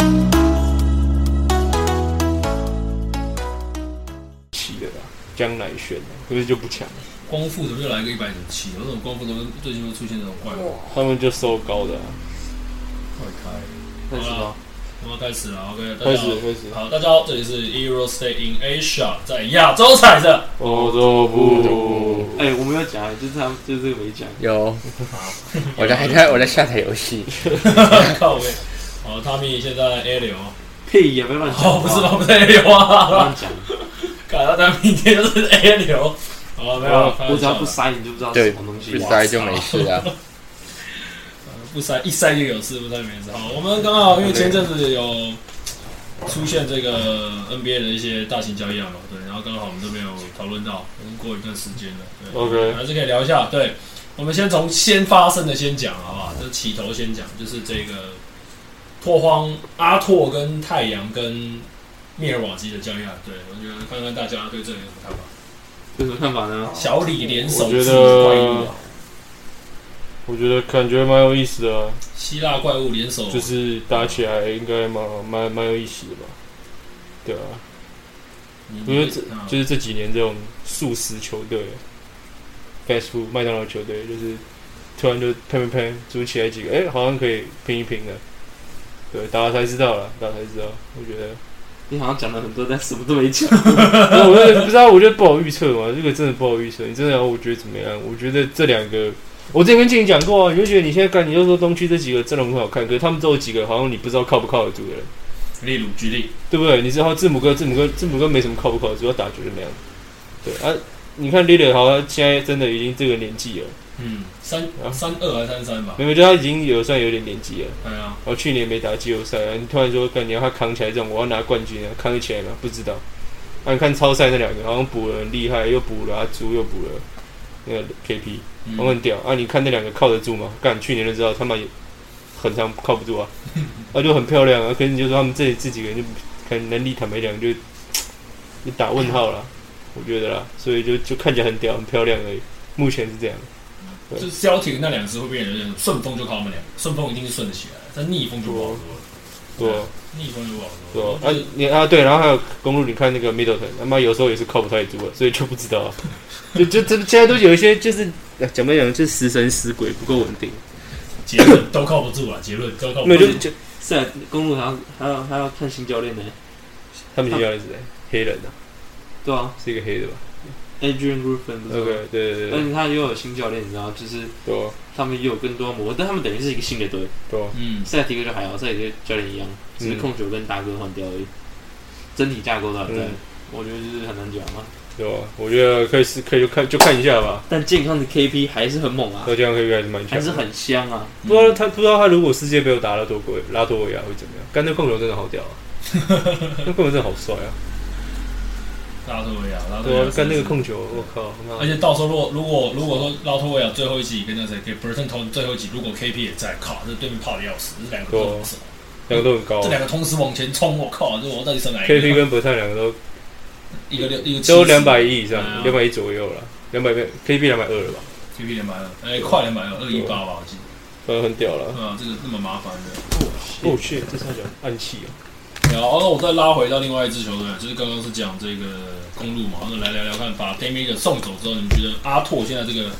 啊江乃轩，可是就不强，光复怎么又来一个一百零七？为什么光复怎么最近会出现这种怪物？他们就收高的啊、快开！开始吗？我们要开始了，OK，大开家始开始，好，好，大家好，这里是 Euro Stay in Asia，在亚洲踩着。我都不，哎、我没有讲，就是他们就是这个没讲， 有，我在还在我在下载游戏，靠背。 好，汤米现在 A 流，屁呀、不要乱讲，哦，不是吧？不是 A 流不要啊乱，讲，感到他明天就是 A 流。好，没有，开玩笑我只要哦不的塞，你就不知道是对，什么不东西。塞就没事啊。 不塞一塞就有事，不塞没事。好，我们刚好因为前阵子有出现这个 NBA 的一些大型交易案嘛，对，然后刚好我们这边有讨论到，已经过一段时间了，对 OK 还是可以聊一下。对，我们先从先发生的先讲，好不好？就起头先讲，就是这个拓荒阿拓跟太阳跟密尔瓦基的交易案，对我觉得看看大家对这个有什么看法。有什么看法呢？小李联手我觉制得怪物啊，我觉得感觉蛮有意思的啊、希腊怪物联手，就是打起来应该蛮蛮蛮有意思的吧？对啊，你我觉得这啊就是这几年这种素食球队，fast food 麦当劳球队，就是突然就喷喷喷组起来几个，哎、好像可以拼一拼的。对，打了才知道了，打了才知道。我觉得，你好像讲了很多，但什么都没讲。 我我也不知道，我觉得不好预测嘛，这个真的不好预测。你真的要我觉得怎么样？我觉得这两个，我之前跟静怡讲过啊，你就觉得你现在看，你就说东区这几个阵容很好看，可是他们都有几个好像你不知道靠不靠得住的人。例如举例。对不对？你知道字母哥，字母哥，字母哥没什么靠不靠，主要打球就那样。对啊，你看 l i l l a 好像现在真的已经这个年纪了，嗯，三啊三二还是三三吧？没有，就他已经有算有点年纪了。对啊，然后去年没打季后赛，啊你突然说干你要他扛起来这种，我要拿冠军啊，扛得起来吗？不知道。啊，你看超赛那两个好像补了很厉害，又补了阿啊朱，又补了那个 KP，嗯我很屌啊！你看那两个靠得住吗？干，去年就知道他们也很常靠不住啊，啊就很漂亮啊。可是你就说他们这这几个人就可能能力坦白讲就你打问号了，我觉得啦，所以就就看起来很屌很漂亮而已。目前是这样，对就是消停那两只会变成有点顺风就靠他们两个，顺风一定是顺得起来，但逆风就不好说了，对啊、逆风就不好对说啊了。，啊就是你啊对，然后还有公路，你看那个 Middleton，他妈有时候也是靠不太住了，所以就不知道、啊，就就这现在都有一些就是啊讲白讲就是死神死鬼不够稳定，结论都靠不住啊，结论都靠不没有住就。就虽然公路还要还要还要看新教练呢，他们学校也是黑人啊，对啊是一个黑的吧，Adrian Griffin 不是吗？OK，对对对但嗯对，是他又有新教练，你知道，就是对啊他们也有更多磨合，但他们等于是一个新的队。对啊，嗯，赛提克就还好，赛提克教练一样，只是嗯控球跟大哥换掉而已，整体架构都还在嗯。我觉得就是很难讲嘛。对啊，我觉得可以是可以就看就看一下吧，但健康的 KP 还是很猛啊，那这样可以还是蛮强还的，是很香啊。不知道他不知道他如果世界杯有打拉多维拉多维亚会怎么样？干那控球真的好屌啊，那控球真的好帅啊，拉脱维亚，拉脱对维啊亚，，干那个。控球，我靠，妈而且到时候如果如果如果说拉脱维亚最后一集跟那谁给 Burton 投最后一集，如果 KP 也在，靠，这对面怕的要死，这两个啊都很手，两个都很高这啊。两个同时往前冲，我靠，这我到底是哪一 K 个 P 跟博泰两个都一个六一个七十都两百一以上，对两啊百一左右了，两百 K P 两百二了吧， ，KP 两百二，哎，快两百二，二一八吧，我记得，呃，很屌了。啊，这个那么麻烦的。Oh 哦，去，这是讲暗器哦。然后我再拉回到另外一支球队，就是刚刚是讲这个公路嘛，那来聊聊看，把 d a m i 送走之后，你们觉得阿拓现在这个，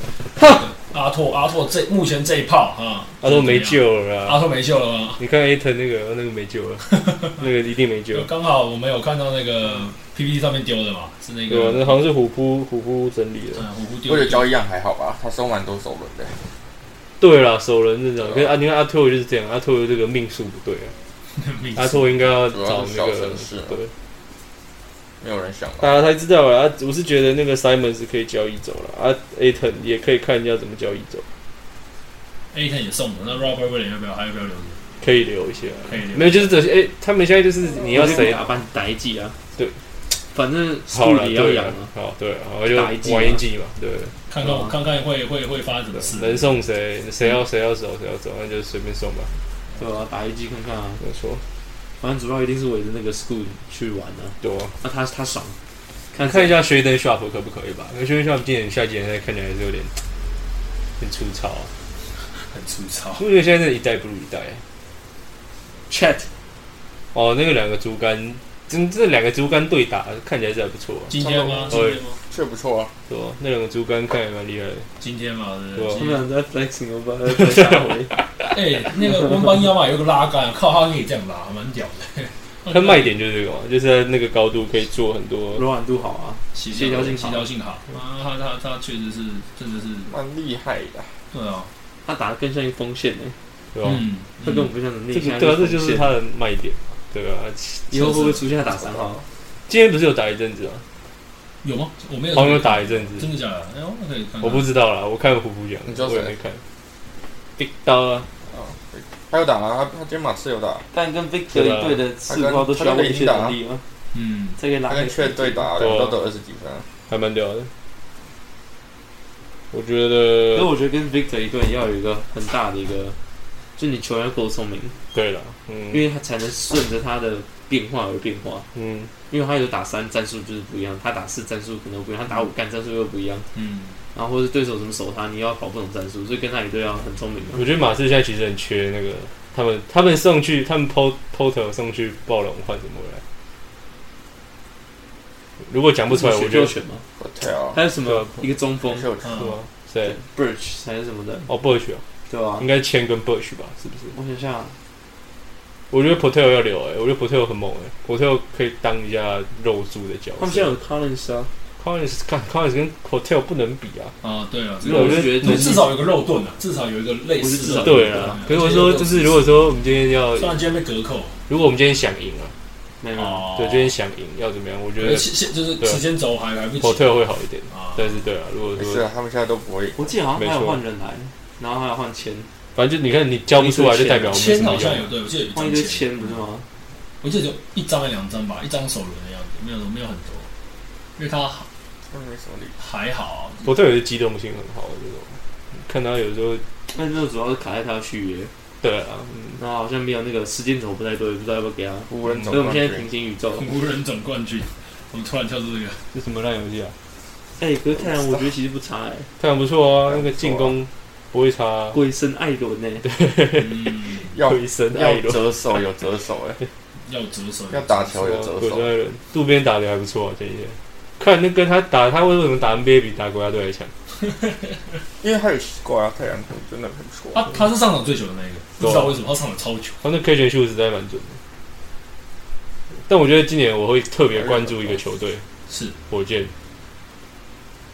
这个阿拓阿拓这目前这一炮啊，他都没怎么救了样，啦。阿拓没救了吗？你看 A 腾那个，啊那个没救了，那个一定没救就。刚好我们有看到那个 PPT 上面丢的嘛，是那对啊吧？那个好像是虎扑虎扑整理的。嗯虎扑丢我觉的得交易量还好吧，他收蛮多首轮的。对啦，首轮是这样，可对是啊啊，你看阿拓就是这样，阿拓这个命数不对啊，命阿拓应该要找主那要个是小城市啊对，没有人想吧？大家才知道了。啊，我是觉得那个 Simon 是可以交易走了，啊，A 腾也可以看人家怎么交易走， A 天也送了，那 Robert Williams 要不要还要不要留着？可以留一些啊。可以留。没有，就是这些，哎，他们现在就是你要我觉得谁打扮打一季啊？对，反正好树了，也要对养了啊。，好对了，然后打一季就嘛玩一季嘛，对，看啊看看看会会会发生什么事？能送谁，谁要谁要走谁要走，那就随便送吧，对啊，打一季看看啊，没错，反正主要一定是围着那个 school 去玩啊。对啊。那、他他爽，看看一下下 s h a d e n Sharp 可不可以吧？因为 s h a d e n Sharp 今年夏季联赛看起来还是有点很粗糙啊，很粗糙。我觉得现在啊真的一代不如一代。 chat 哦，那个两个竹竿，真这两个竹竿对打，看起来是还不错、啊，今天吗？今对天吗？这不错啊。对吧、那两个竹竿看起来蛮厉害的。今天嘛，对对啊不他对？们俩在 flexing 我把 它下回。哎、那个温班腰嘛有个拉杆，靠，他可以这样拉，蛮屌的。哦它卖点就是这个嘛，就是在那个高度可以做很多。柔软度好啊，协协调性好协调性好啊，他他他确实是真的是蛮厉害的，对啊，它打得更像一个锋线诶，对啊吧、嗯，它根本不像能力。这嗯个像对啊，一个这锋就是线它的卖点，对啊。其以后会不会出现它打三号？今天不是有打一阵子吗？啊有吗？我没有，好像有打一阵子真，的假的？哎呦，我可以看看，我不知道啦，我看虎虎讲，你知道我也谁没看。Big 刀啊，啊，对他有打啊，他他今天马刺有打，但跟 Victor 啊一队的他四跟都他需要威跟雷胁霆打能啊，力吗？嗯，再给拉他开跟雀队打，对啊两个都得二十几分啊，还蛮屌的。我觉得所以我觉得跟 Victor 一队要有一个很大的一个，就你球员要够聪明，对了，因嗯为他才能顺着他的变化而变化。嗯，因为他有打三战术就是不一样，他打四战术可能不一样，他打五干战术又不一样，嗯，然后或者对手怎么守他，你要跑不同战术，所以跟他一队要很聪明啊。我觉得马刺现在其实很缺那个，他们他们送去他们 PO POTO 送去暴龙换什么来？如果讲不出来，我选就秀对选嘛，我跳，还有什么一个中锋而且我嗯啊，谁？ Birch 还是什么的，哦，Bush 啊，对吧、应该签跟 Bush 吧，是不是？我想想啊，我觉得 Potel 要留哎、我觉得 Potel 很猛哎、p o t e l 可以当一下肉猪的角色。他们现在有 Collins 啊， Collins 看 Collins 跟 Potel 不能比啊，啊，对了，这所以个我就觉得至少有个肉盾啊，至少有一个啊类不似是的至少肉盾。对啊。可是我说就是，如果说我们今天要，虽然今天被隔扣，如果我们今天想赢啊，没有，哦，对，今天想赢要怎么样？我觉而得且现就是对啊时间轴还来不及 Potel 会好一点，啊，但是对啊，如果没事说啊，他们现在都不会赢，我记得好像还没有错换人来，然后还有换签，反正就你看你交不出来，就代表我们没签什么好像用。有，对我记得有一换一张堆签，签不是吗？我记得有一张还两张吧，一张首轮的样子，没有没有很多，因为他他们没什么力。还好，啊 Potel 有的机动性很好，这种看他有时候但那时候主要是卡在他要续约，对啊，嗯，然后好像没有那个时间轴不太对，不知道要不要给他，湖人所以总我们冠现在军平，行宇宙。无人总冠军，我们突然跳出这个，这什么烂游戏啊？哎、可是太阳我觉得其实不差哎、太阳不错啊，那个进攻不会差啊，鬼神艾伦呢、嗯，要回身艾要伦。折手有折手哎，要折手，要打球有折国家手，队渡边打的还不错、啊，这一届。看那跟他打，他为什么打 NBA 比打国家队还强？因为他有西瓜，太阳队真的很不啊错。 他啊他是上场最久的那一个，不知道为什么他上场超久。他那 K 选秀实在蛮准的。但我觉得今年我会特别关注一个球队，是，火箭，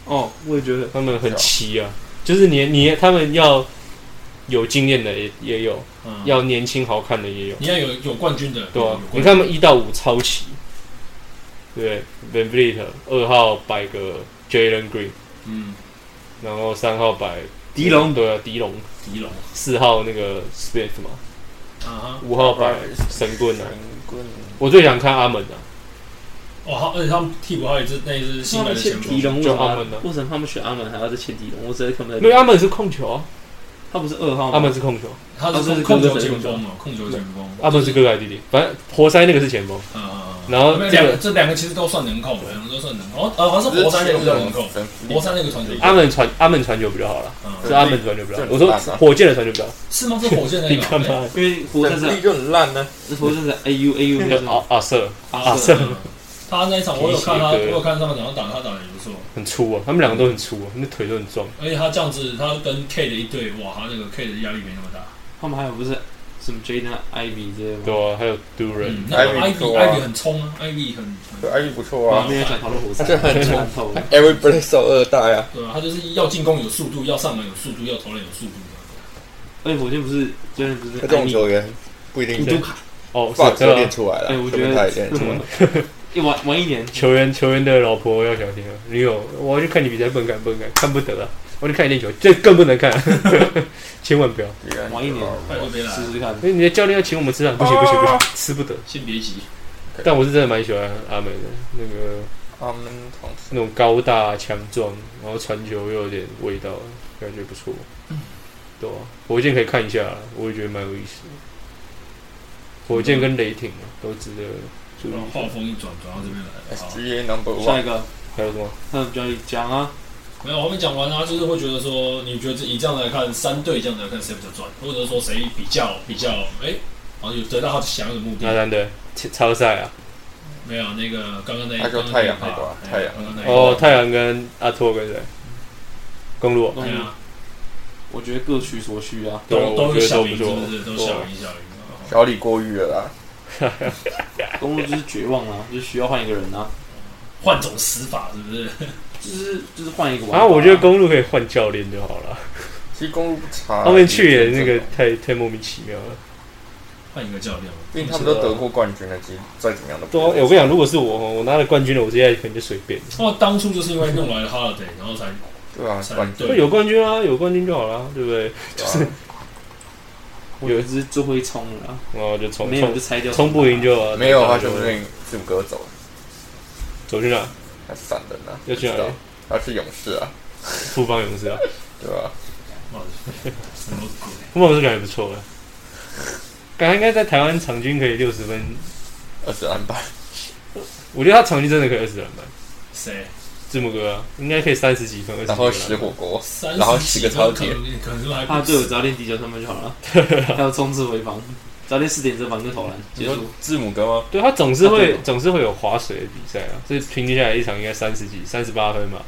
哦，我也觉得他们很齐啊，就是你你他们要有经验的也也有，嗯，要年轻好看的也有，你要有有冠军的，对有啊冠，军你看他们一到五超齐，对不对 v a n v l e t 二号摆个 Jalen Green，嗯，然后三号摆迪龙对啊，迪龙，迪龙，四号那个 Smith 嘛，啊哈，五号摆神棍啊神！棍，我最想看阿门啊，哦，他而且他们替补还有一支那一支新他来们的欠前迪锋，龙，为就什么阿门啊为什么他们选阿门还要再欠迪龙？我实在看不太没懂有。阿门是控球啊，他不是二号吗？阿门是控球，他啊这是是控哥球哥前前锋锋哦，控球前锋，阿门是哥哥还是弟弟？反正活塞那个是前锋，嗯，嗯嗯，然后没有这两个个这两个其实都算能控，两个都算能控，哦，呃，好像是国三那个比较能控，国三那个传球，阿门传阿门传球比较好啦，嗯，是阿门传球比较好。这我说这这火箭的传球比较好，是吗？是火箭 那你个干哦？嘛？因为活塞能是力就很烂呢。活塞是啊 A U A U 那那个阿种阿瑟阿瑟嗯他那一 场我有看他，我皮鞋哥有看他们场打，他打的也不错，很粗啊，他们两个都很粗啊，那腿都很壮。而且他这样子，他跟 K 的一对，哇，他那个 K 的压力没那么大。他们还有不是什么 Jaden Ivy 之类的吗？对啊，还有 Duran，嗯，那个 Ivy Ivy 不错啊 Ivy 很冲啊，Ivy 很很 对，艾比不错哇，啊没有想讨论活塞，这很烂透嗯了。 ，Every b l a s e 二代啊，对啊，他就是要进攻有速度，要上篮有速度，要投篮有速度的。而且哎火箭不是最近不是他这种 Ivy 球员不一定古杜卡，哦，是把球这个练出来了，哎，我觉他得也练出来。一 玩玩一年，球员球员的老婆要小心啊，女友，我要去看你比赛，不能看，不能看，看不得啊，我要去看你练球，这更不能看， 千万不要。玩一年拜托别来啊，试试看。所以你的教练要请我们吃饭，不行不行不行，吃不得。先别急。但我是真的蛮喜欢阿美的，那个他们同时那种高大强壮，然后传球又有点味道，感觉不错。对啊，火箭可以看一下啦，我也觉得蛮有意思的。火箭跟雷霆啊都值得注然后意。画风一转，转到这边来。好， SGA number 下 one，一个，还有什么？他们教练讲啊，没有，我还没讲完啊，就是会觉得说，你觉得以这样来看，三队这样来看谁比较赚，或者说谁比较比较，哎，好像有得到他想要的目那的。丹的超赛啊，没有那个刚刚那他说刚刚太阳那一那个啊趴太阳刚刚那一趴哦，太阳跟阿拓跟谁？公路哦，对啊，我觉得各取所需啊。对都我都觉有得小都赢，不是错不是？都小赢小赢。哦小李过誉了啦，公路就是绝望啊，就是需要换一个人啊，换种死法是不是？就是就是换一个玩法啊，我觉得公路可以换教练就好了。其实公路不差。啊后面去也那个也是正常，太太莫名其妙了。换一个教练嘛。因为他们都得过冠军了，其实再怎么样都不对啊，会欸我跟你讲，如果是我哦，我拿了冠军了，我现在可能就随便。哦，当初就是因为弄来了 Holiday，然后才对啊，才冠军那对有冠军啊，有冠军就好了，对不对？就是有一只最会冲了啊，然后就冲没有冲就拆掉，啊冲不赢就好了没有的话，说不定字母哥走了，走去哪？还是散人啊，要去哪里不知道？要去勇士啊，富邦勇士啊，对吧？哇，什么鬼？富邦勇士感觉不错了。感觉应该在台湾场均可以六十分，二十篮板，我觉得他场均真的可以二十篮板。谁？字母哥啊，应该可以三十几分，二十啊然后几吃分火锅，三然后十洗几个分超可级能可能还他不队友止只要练底角三分就好 了，还有冲刺回防，只要练四点这防就投篮你结说束。字母哥吗？对他总是啊对会哦总是会有划水的比赛啊，所以平均下来一场应该三十几、三十八分嘛。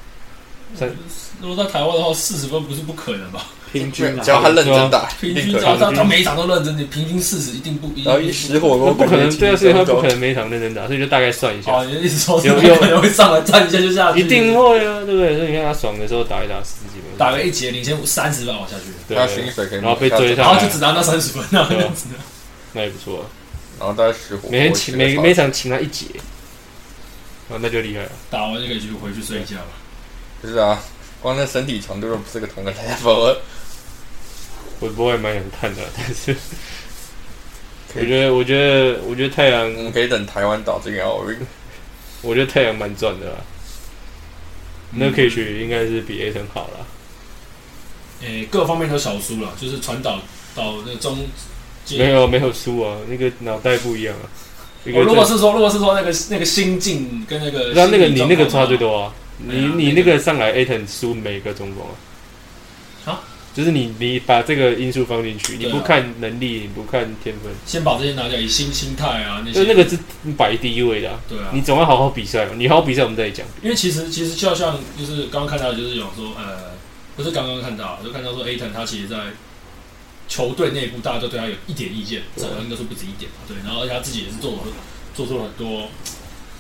如果在台湾的话，四十分不是不可能吧？平均啊只，要他认真打，平一均定只可要以。他他每一场都认真，你平均四十一定不一定不。然后一吃火锅，不可能，对啊，所以他不可能。能每一场认真打，所以就大概算一下哦，，你的意思说是有有有可能会上来站一下就下去，一定会啊，对不对？所以你看他爽的时候打一打十几分，打个一节领先三十吧，往下去，对他啊，薪水可以，然后被追上然后就只拿那三十分啊，对啊这样子那也不错啊，然后大家吃火锅，每天请每每场请他一节，啊，那就厉害了。打完就可以去回去睡觉了。不是啊，光那身体强度都不是个同个 level， 我不会蛮想看的， 但是我觉得，我觉得，我觉得太阳我，们可以等台湾打这个奥运，我觉得太阳蛮赚的啦。那嗯 K 许应该是比 A 城好啦。诶，各方面都小输了，就是传导到那个中间没有没有输啊，那个脑袋不一样啊。一哦，个如果是说，如果是说那个那个心境跟那个，那那个你那个差最，多啊，哎你呀你那那个个上来 Aton 输每个中锋啊，啊就是你你把这个因素放进去，你对不啊看能力，你不看天分，先把这些拿掉，以心心态啊那就些，那个是摆第一位的啊，对啊，你总要好好比赛嘛，你好好比赛我们再讲。因为其实其实就像就是刚刚看到，就是有说呃，不是刚刚看到，啊就看到说 Aton 他其实在球队内部大家都对他有一点意见，至少应该说不止一点吧，对，然后而且他自己也是做了做出了很多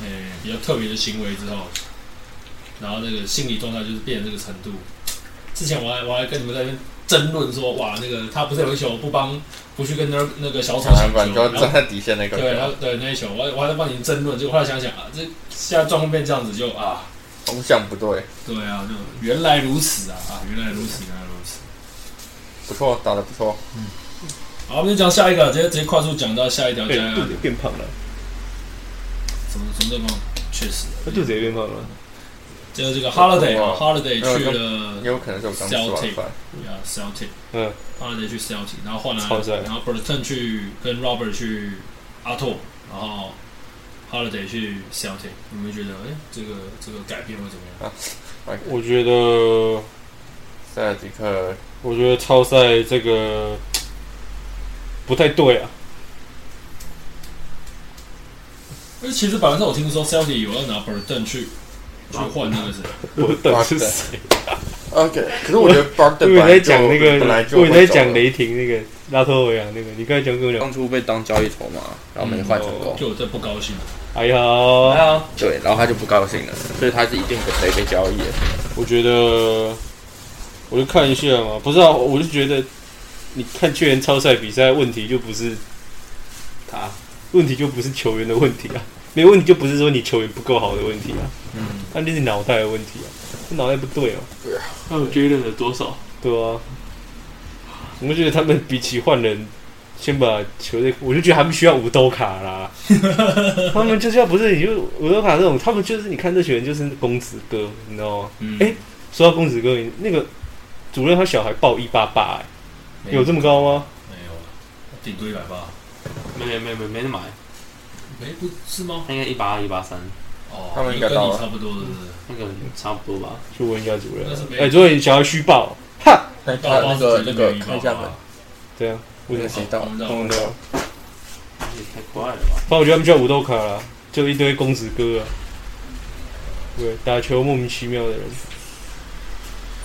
呃比较特别的行为之后，然后那个心理状态就是变成这个程度。之前我还我还跟你们在那边争论说，哇，那个他不是有一球不帮不去跟那那个小丑台抢球，湾啊就要然后站在底线那个，对，然后对那一球，我还我还在帮你争论，结果后来想想啊，这现在状况变这样子就啊。风向不对，对啊，就原来如此啊啊，原来如此，原来如此。不错，打得不错，好，我们就讲下一个，直接直接快速讲到下一条，加对，啊油！肚子也变胖了，什么什么地方？确实，他肚子也变胖了，就是这个 Holiday 啊哇，Holiday 哎没有去了也有可能是我刚吃完饭，呀 Celtic，嗯，Holiday 去 Celtic，然后换超帅来，然后 Burton 去跟 Robert 去阿拓，然后 Holiday 去 Celtic，你们觉得哎，这个这个改变会怎么样？我觉得塞啊尔迪克我觉得超赛这个不太对啊，因哎为其实本来是我听说 Celtic 有要拿 Burton 去去换那个谁，我等是谁？ ，OK，可 是我觉得 b a r 我 d 以为你本来在就讲那个，本来就我以为你在会走讲了，雷霆那个拉脱维亚那个，你刚才讲跟我讲，当初被当交易筹码，然后没换成哦功，嗯就我这不高兴。哎呀，对，然后他就不高兴了，所以他是一定被谁被交易了。我觉得我就看一下嘛，不是啊，我就觉得你看去年超赛比赛，问题就不是他，问题就不是球员的问题啊，没问题就不是说你球员不够好的问题啊，嗯，那就是脑袋的问题啊，这脑袋不对哦、还有 Jalen 的多少？对啊，我觉得他们比起换人，先把球队，我就觉得他们需要五兜卡啦。他们就是要不是你就五兜卡这种，他们就是你看这群人就是公子哥，你知道吗？嗯哎说到公子哥，那个主任他小孩报一八八，欸有这么高吗？没有啊，顶多一百八，没没没没没那么矮，没不是吗？他应该一八二一八三，哦，他们应该跟到你了差不多的，那个差不多吧。去问一下主任那是没。哎、主任小孩虚报，哈，那到那个那个看一下本吧，。对啊，为什么？哦谁到我们懂到的，也太快了吧！反正我觉得他们需要五兜卡啦。就一堆公子哥啊，对，打球莫名其妙的人，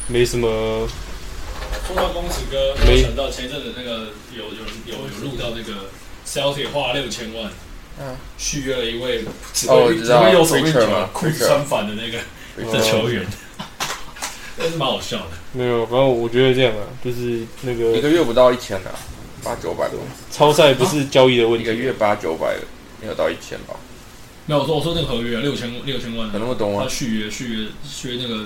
没什么，嗯说哦到公子哥，哦我没想到前一阵子那个有有有有录到那个 Celtic 花六千万，嗯，续约了一位只哦我会知只道会右手跟 Preacher 脚嘛会 Preacher 嗯相反的那个的球员，但是蛮好笑的。没有，反正我觉得这样啊，就是那一个个月不到一千的，八九百吧，超赛不是交易的问一题个，月八九百的，没有到一千吧？没有，我说我说那个合约六千六千万嗯有啊，那么多他吗续约续约续约那个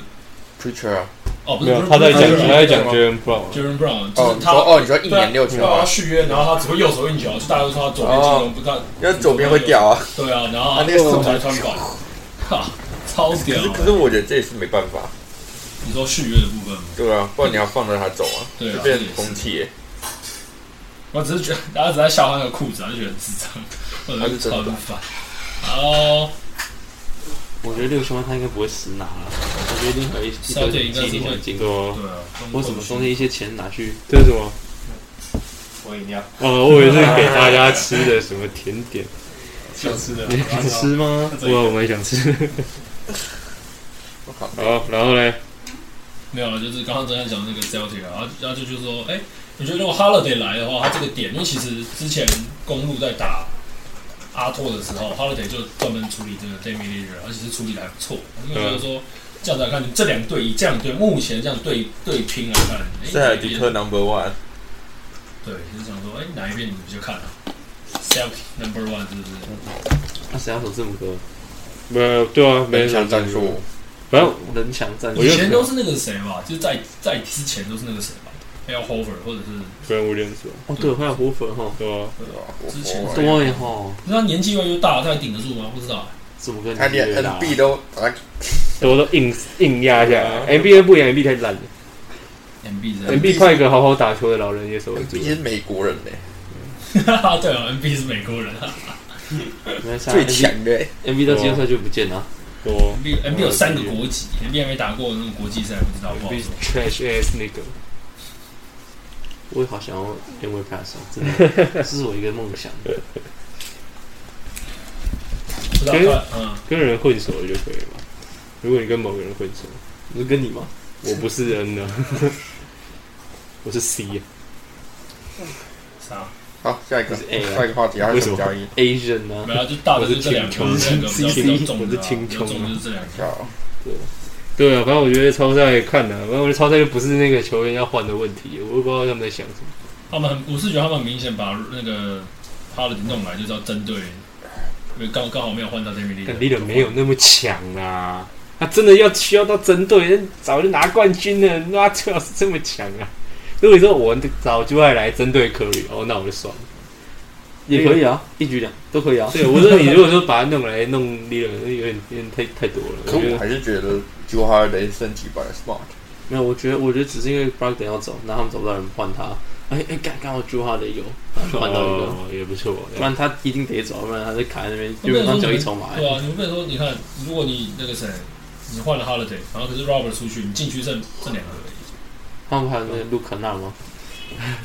？Preacher 啊，哦，不没是有不，是他在不讲是他在讲 Jalen Brown，啊 Jalen Brown，就哦，是你他说哦，你说一对啊年六对千啊，他吗？续约，然后他只会右手运球，就大家都说他左边进攻不大，因为左边会掉啊。对啊，然后他那个手才穿反，哈，超可屌是可！是我觉得这也是没办法， 你说续约的部分吗？对啊，不然你要放着他走啊，对啊就变成空气耶。我只是觉得大家只在笑他那个裤子，他就觉得很智障，我他觉是得真超的烦。哦，我觉得六千万他应该不会死拿了，我觉得一定有一一小姐堆应该钱是一定会想进对攻，啊，对啊，或什么中间一些钱拿去，这是什么？我饮料呃，我以为是给大家吃的什么甜点，想吃的，你想吃吗？那这里哇，我蛮想吃。 好好，然后嘞，没有了，就是刚刚正在讲那个 Celtic 啊，然后就就说，哎、我觉得如果 Holiday 来的话，他这个点，因为其实之前公路在打阿拓的时候，Holiday 就专门处理这个 d a m i l i l l a r 而且是处理的还不错。因为我觉得说，这样子来看，这两队以这样队目前这样对对拼来看，哎、塞尔哪一迪边克 Number One，对，就是想说，哎、哪一边你们就看啊，Celtic Number One 是不是？那谁要守字母哥？没有，对啊，没没什么想战术，反正人墙战我觉术以得前都是那个谁吧，就是在在之前都是那个谁吧 a l Hover 或者是，不然我点说，哦，对，还有胡粉哈，对啊，对吧？之前我我对哈，那他年纪越来越大，他还顶得住吗？不知道、字母哥他年纪连越大 NB 都啊把他啊都都硬硬压下来。对啊 NBA 不赢，NB 太烂了 MB 这样。 ，NB 派一个好好打球的老人也守得住，NB。是美国人嘞， 对啊，NB 是美国人啊没事啊最强的欸。 ，NB 到季啊后赛就不见了。多，NB NB 有三个国籍，NB 还没打过那种国际赛，不知道不好，NB 说。 trash ass 那个，我也好想要 NBA pass，哦真的， 这是我一个梦想。不知道他，嗯，跟人混熟了就可以了嘛。如果你跟某个人混熟，不是跟你吗？我不是 N 呢， 我是 C 啊。啥？好，下一个，是 A 啊下一个话题还有什么为什么交易？ Asian 呢、没有啊，就大的就这两个，我是这青两个比较青我是青比较重的啊，比较重青的啊就是这两个。好，对啊，反正我觉得超赛看的、啊，反正我觉得超赛就不是那个球员要换的问题，我都不知道他们在想什么。他们很，我是觉得他们很明显把那个 h a l 弄来就是要针对，因为刚刚好没有换到啊 d a m i 但 l l e 没有那么强啊，他真的要需要到针对，早就拿冠军了，那最好是这么强啊。如果你说我早就爱来针对科里，哦，那我就爽了。也可以啊，一举两都可以啊。对，我说你如果说把他弄来弄 l e 有点有点太太多了。可我觉我得还是觉得 j o h a r d 升级版的 Smart，没有，我觉得我觉得只是因为 Brogdon 要走，然后他们找不到人换他。哎哎，刚刚好 j u h a 的有然后换到一个，哦也不错，不然他一定得走，不然他就卡在那边，那就边被当交易筹码。对啊，你们不能说，你看，如果你那个谁，你换了 Holiday，然后可是 Robert 出去，你禁区剩剩两个而已，他们还有那个 l u k 纳吗？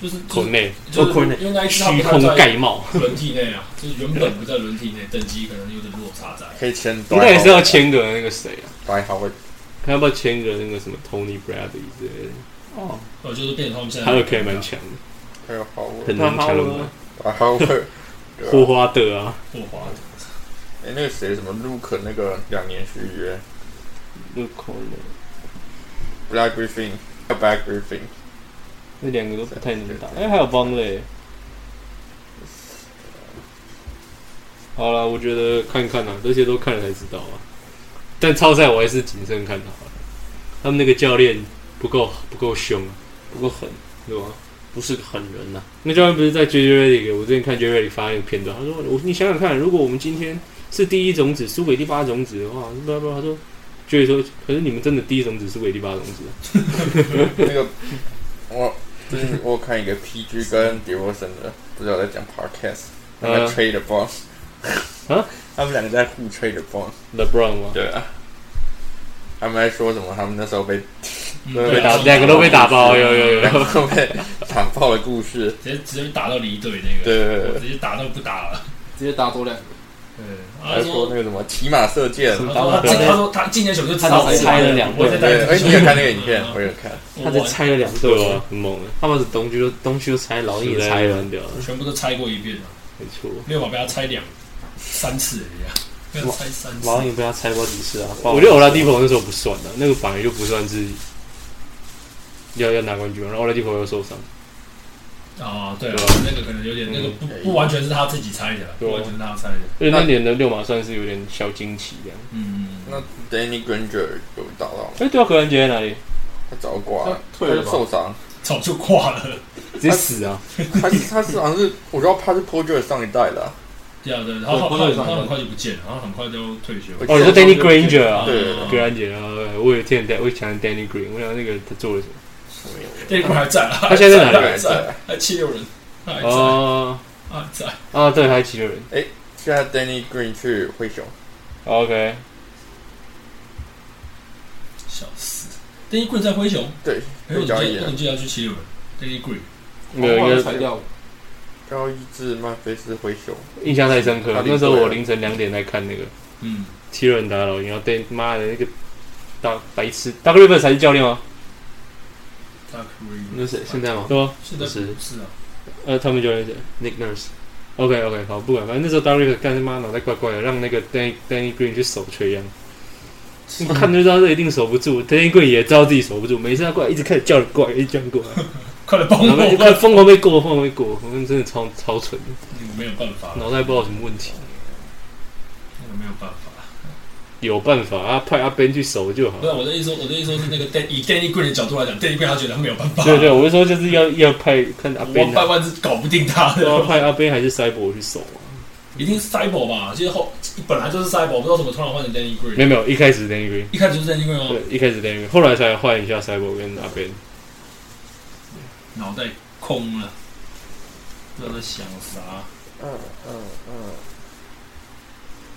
就是口就是内就是哦，Cornet 因为那一次他虚们空在盖帽，轮替内啊，就是原本不在轮替内，等级可能有点落差在。可以签短应该也是要签个那个谁啊，白好会看要不要签个那个什么 Tony Bradley 之类的，哦，哦，就是变成他们现在他都可以蛮强的，还有好会很能强的嘛，白好 会。对啊霍华德啊，霍华德，哎，那个谁，什么 Luke 那个两年续约那口内，Black Griffin。Black Griffin，那两个都不太能打。哎、还有邦嘞。好了，我觉得看看啊，这些都看了才知道啊。但超赛我还是谨慎看的好了。他们那个教练不够不够凶啊，不过狠，对吧？不是个狠人呐、那教练不是在 j j r e d 我之前看 j j r e d 发那个片段，他说：“我你想想看，如果我们今天是第一种子输给第八种子的话，不不，他说。”就会说，可是你们真的第一种子输给第八种子啊，那个我最近我有看一个 PG 跟 d e r o s o n 的，不知道在讲 Podcast，他们在嗯吹的 b o n 啊，他们两个在互吹的 b o n LeBron 吗？对啊，他们在说什么？他们那时候被 嗯对被打，啊两个都被打爆，哦啊有有有有。被打爆的故事，直接直接打到离队那个，对对对对，直接打到不打了。直接打多两个，对，还他说说那个什么骑马射箭，他说他进他说他进那球就知道我他只猜了两队我在带对，你哎，去你有看那个影片？哦我有看，他只拆了两对队啊，，很猛的，他把东区都东区都拆，老鹰也拆了，很屌的，我全部都猜过一遍了，没错。六马被他猜两三次而已啊，被他猜三次。老鹰也被他拆过几次啊。我觉得欧拉迪波那时候不算的，那个本来就不算是要要拿冠军嘛，然后欧拉迪波又受伤，哦，对啊对啊，那个可能有点，那个不嗯不完全是他自己猜的啦，对啊不完全是他猜的。所以那年的六马算是有点小惊奇这样。嗯，那 Danny Granger 有打到吗？哎，对啊，荷兰杰在哪里？他早挂了，他他退了就吧受伤，早就挂了。直接死啊！他是他是好像是我知道他是 Porter 上一代的啊，对啊，对，然后对他不会他很快就不见了，然后很快就退休。我哦，你说 Danny Granger 啊？对格兰杰啊，我有天我想 Danny Green，我想那个他做了什么？这一块还在啊，他现在在哪里对还在，对，还七六人，他还在，哦他还在。啊，对，还有七六人。现在 Danny Green 去灰熊， OK，笑死！邓一 green 在灰熊，对，没有被交易你了你，就要去七六人。邓一 green 没有，应应该该裁掉，交易至曼菲斯灰熊，印象太深刻了哪。里那时候对啊我凌晨两点来看那个嗯，七六人打老鹰，然后对妈的那个大白痴，大 r i v e r 才是教练吗？他 green 那谁现在吗对吗？现在不是是啊，呃，他们教练谁？ ？Nick Nurse， OK OK，好，不管，反正那时候 d a r i 干他妈脑袋怪怪的，让那个 Danny Danny Green 去守锤一样，我看就知道这一定守不住，Danny Green 也知道自己守不住，每次他过来一直开始叫人过来，一直叫人过来，快来帮然后一我直吧！快疯狂被过，疯狂被过，我们真的超超蠢的，你没有办法，脑袋不知道有什么问题。我没有办法。有办法，啊，派阿 Ben 去守就好不。是我的意思说，我的意思说是那个 Dan 以 Danny Green 的角度来讲，Danny Green 他觉得他没有办法，对对，我就说就是要要派看阿我 Ben，百万是搞不定他都要的，派阿 Ben 还是 Cyborg 去守啊？一定是 Cyber 吧？其实后本来就是 Cyber，不知道怎么突然换成 Danny 没 Green，有没有，一开始 Danny Green，一开始就是 Danny Green 吗？对，一开始 Danny Green，后来才换一下 Cyborg 跟阿 Ben。脑袋空了，不知道在想啥。嗯嗯嗯，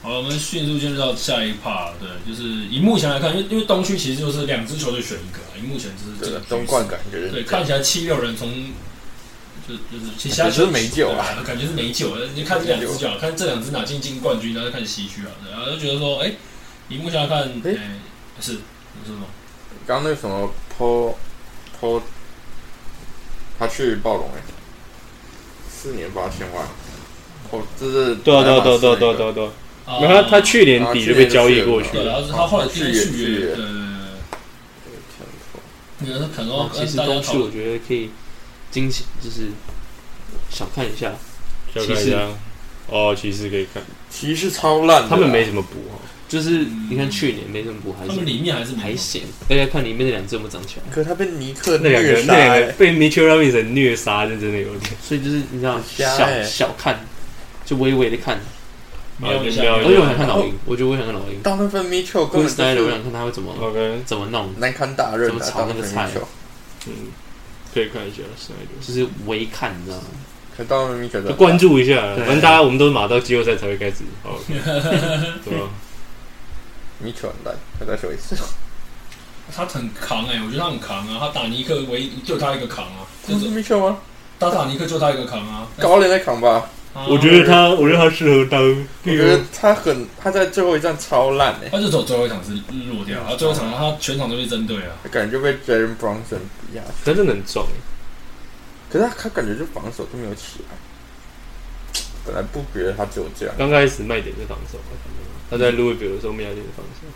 好，我们迅速进入到下一趴。对，就是以目前来看，因为因为东区其实就是两支球队选一个，啊以目前就是这对个的局，势东冠感觉是对，看起来七六人从就就是其实感觉是没救啊，对感觉是没救了。你看这两只脚，看这两只哪进进冠军，然后再看西区啊，对然后就觉得说，哎，以目前来看，诶哎，是你说什么？刚刚那个什么 Po Po，他去暴龙哎，四年八千万，哦，这是对啊对啊对啊对啊对啊对对啊对啊。啊啊然后他他去年底就被交易过去对，啊了。然后是他后来呃自己续续约约，续对约对对啊对，你们可能要哦其哦跟实大家东讨区我论，觉得可以惊喜，就是小看一下，小看一下，哦，骑士可以看，骑士超烂的啦，他们没怎么补哦。就是嗯你看去年梅森补还他们是里面还是没还有行，大家看里面那两只有没有长起来，可他被尼克那两个虐杀那两个欸被 Mitchell Robinson 虐杀，这真的有点。所以就是你知道很瞎小欸小看，就微微的看，瞄一下瞄一而下且我想看老鹰，我觉得我想看老鹰，当那份 Mitchell 根故本事大家我就是想看他会怎么 OK，怎么弄，难堪大任怎么啊，炒当那那个份菜 Mitchell，嗯，可以看一下 s n y 就是微看，你知道吗？可当那份 Mitchell 真的关注一下，对反正大家我们都是马到季后赛才会开始，好， 对啊吧？ Mitchell 很烂，他再说一次，他很扛哎、我觉得他很扛啊！他打尼克唯一就他一个扛啊，就不是是 Mitchell 吗？打打尼克就他一个扛 啊。 高连在扛吧，啊我觉得他，我觉得他适合当我觉得他很他在最后一站超烂哎，他就走最后一场是落掉，啊然后最后一场他全场都被针对啊。 感觉就被 Jalen Brunson 比下去。他真的很壮，可是他他感觉就防守都没有起来，本来不觉得他只有这样，刚开始卖点是防守，他在 Louisville 的时候卖点是防守，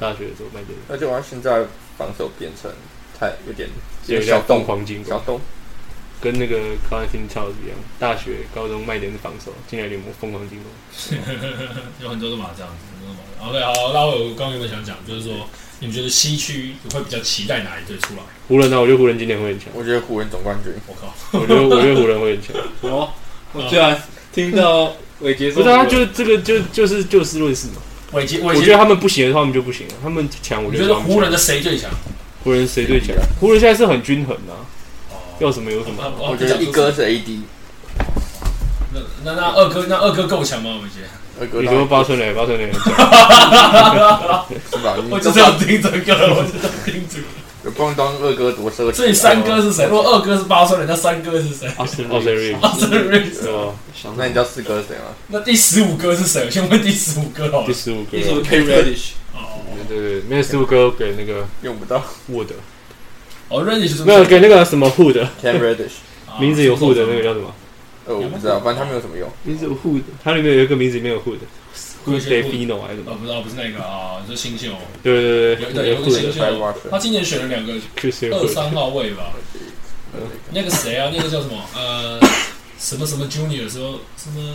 大学的时候卖点而且他现在防守变成太有点有小像洞凤凰金小光，洞，跟那个 c o n t i n Charles 一样，大学、高中卖点是防守，进来联盟疯狂进攻。有很多都嘛这样子，很多都嘛这样。OK，好，那我刚刚有没有想讲，就是说你们觉得西区会比较期待哪一队出来？湖人呢，我觉得湖人今年会很强，我觉得湖人总冠军我靠，我觉得我觉得湖人会很强。哦，我居然听到伟杰不说，是啊，就这个就就是就事论事嘛。伟杰，我伟觉得杰，他们不行，他们就不行了，他们强，我你觉觉得得他们湖人强的谁最强？湖人谁最强？湖人现在是很均衡啊，哦，要什么有什么。我我觉得一哥是 AD，那那那二哥，那二哥够强吗？伟杰，二哥你当说然八村垒，八村垒很强，是吧？你我就是要听这个，我就是要听这个。有光当二哥多奢侈。 所以三哥是谁？如果二哥是巴松人，那三哥是谁？ Austin 哦 Austin Reeves， Reeves 啊，这是对啊想那你知道四哥是谁吗？那第十五哥是谁？我先问第十五哥好第了。十五个一，首 K Reddish，哦，对对对，那十五个给那个用不到。 Wood，哦，Randy 是啊没有给那个什么 Hood， Cam Reddish，名字有 Hood 的那个叫什么？呃，我不知道，反正他没有什么用。你怎么护的？它里面有一个名字里面有 Hood。有 Hood 一些 Hood Defino 还是什呃，么？不知道，不是那个啊，是新秀。对对有对对有一个新 Hood 白秀袜子，他今年选了两个 Christian 二 Hood，三号位吧。那个谁啊，那个叫什么？呃，什么什么 Junior 时候，什么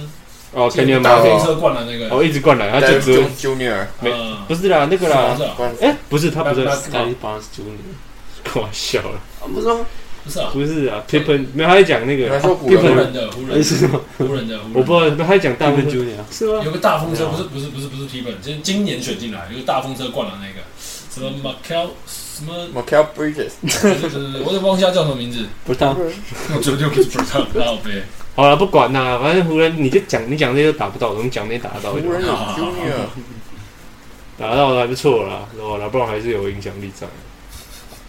哦 Kenyon 打 Martin，飞车灌篮那个。哦一直灌篮，他就只会 Derek Junior，没呃不是啦那个啦是，啊关哎不是他不是那斯坦利邦斯 Junior 搞笑了，啊，不是吗？不是啊，不是啊 Pippen 没有他在讲那你个还说湖 Pippen 湖人吗？人的湖人哎，的是吗湖人的湖人的。我不知道他在讲大部？Pippen 分 Junior 是吗？有个大风车，不是不是不是不是 T 本，就是今年选进来有个大风车灌篮那个，什么 m a c a l 什么， m i c a e l Bridges，对对对对我也忘记他叫什么名字，不当我绝对不知道，好呗。好了，不管啦，反正湖人你就讲你讲这些都打不到，我们讲那些打得到湖就好，人有好 Junior，打得到还不错啦，然后老布朗还是有影响力在。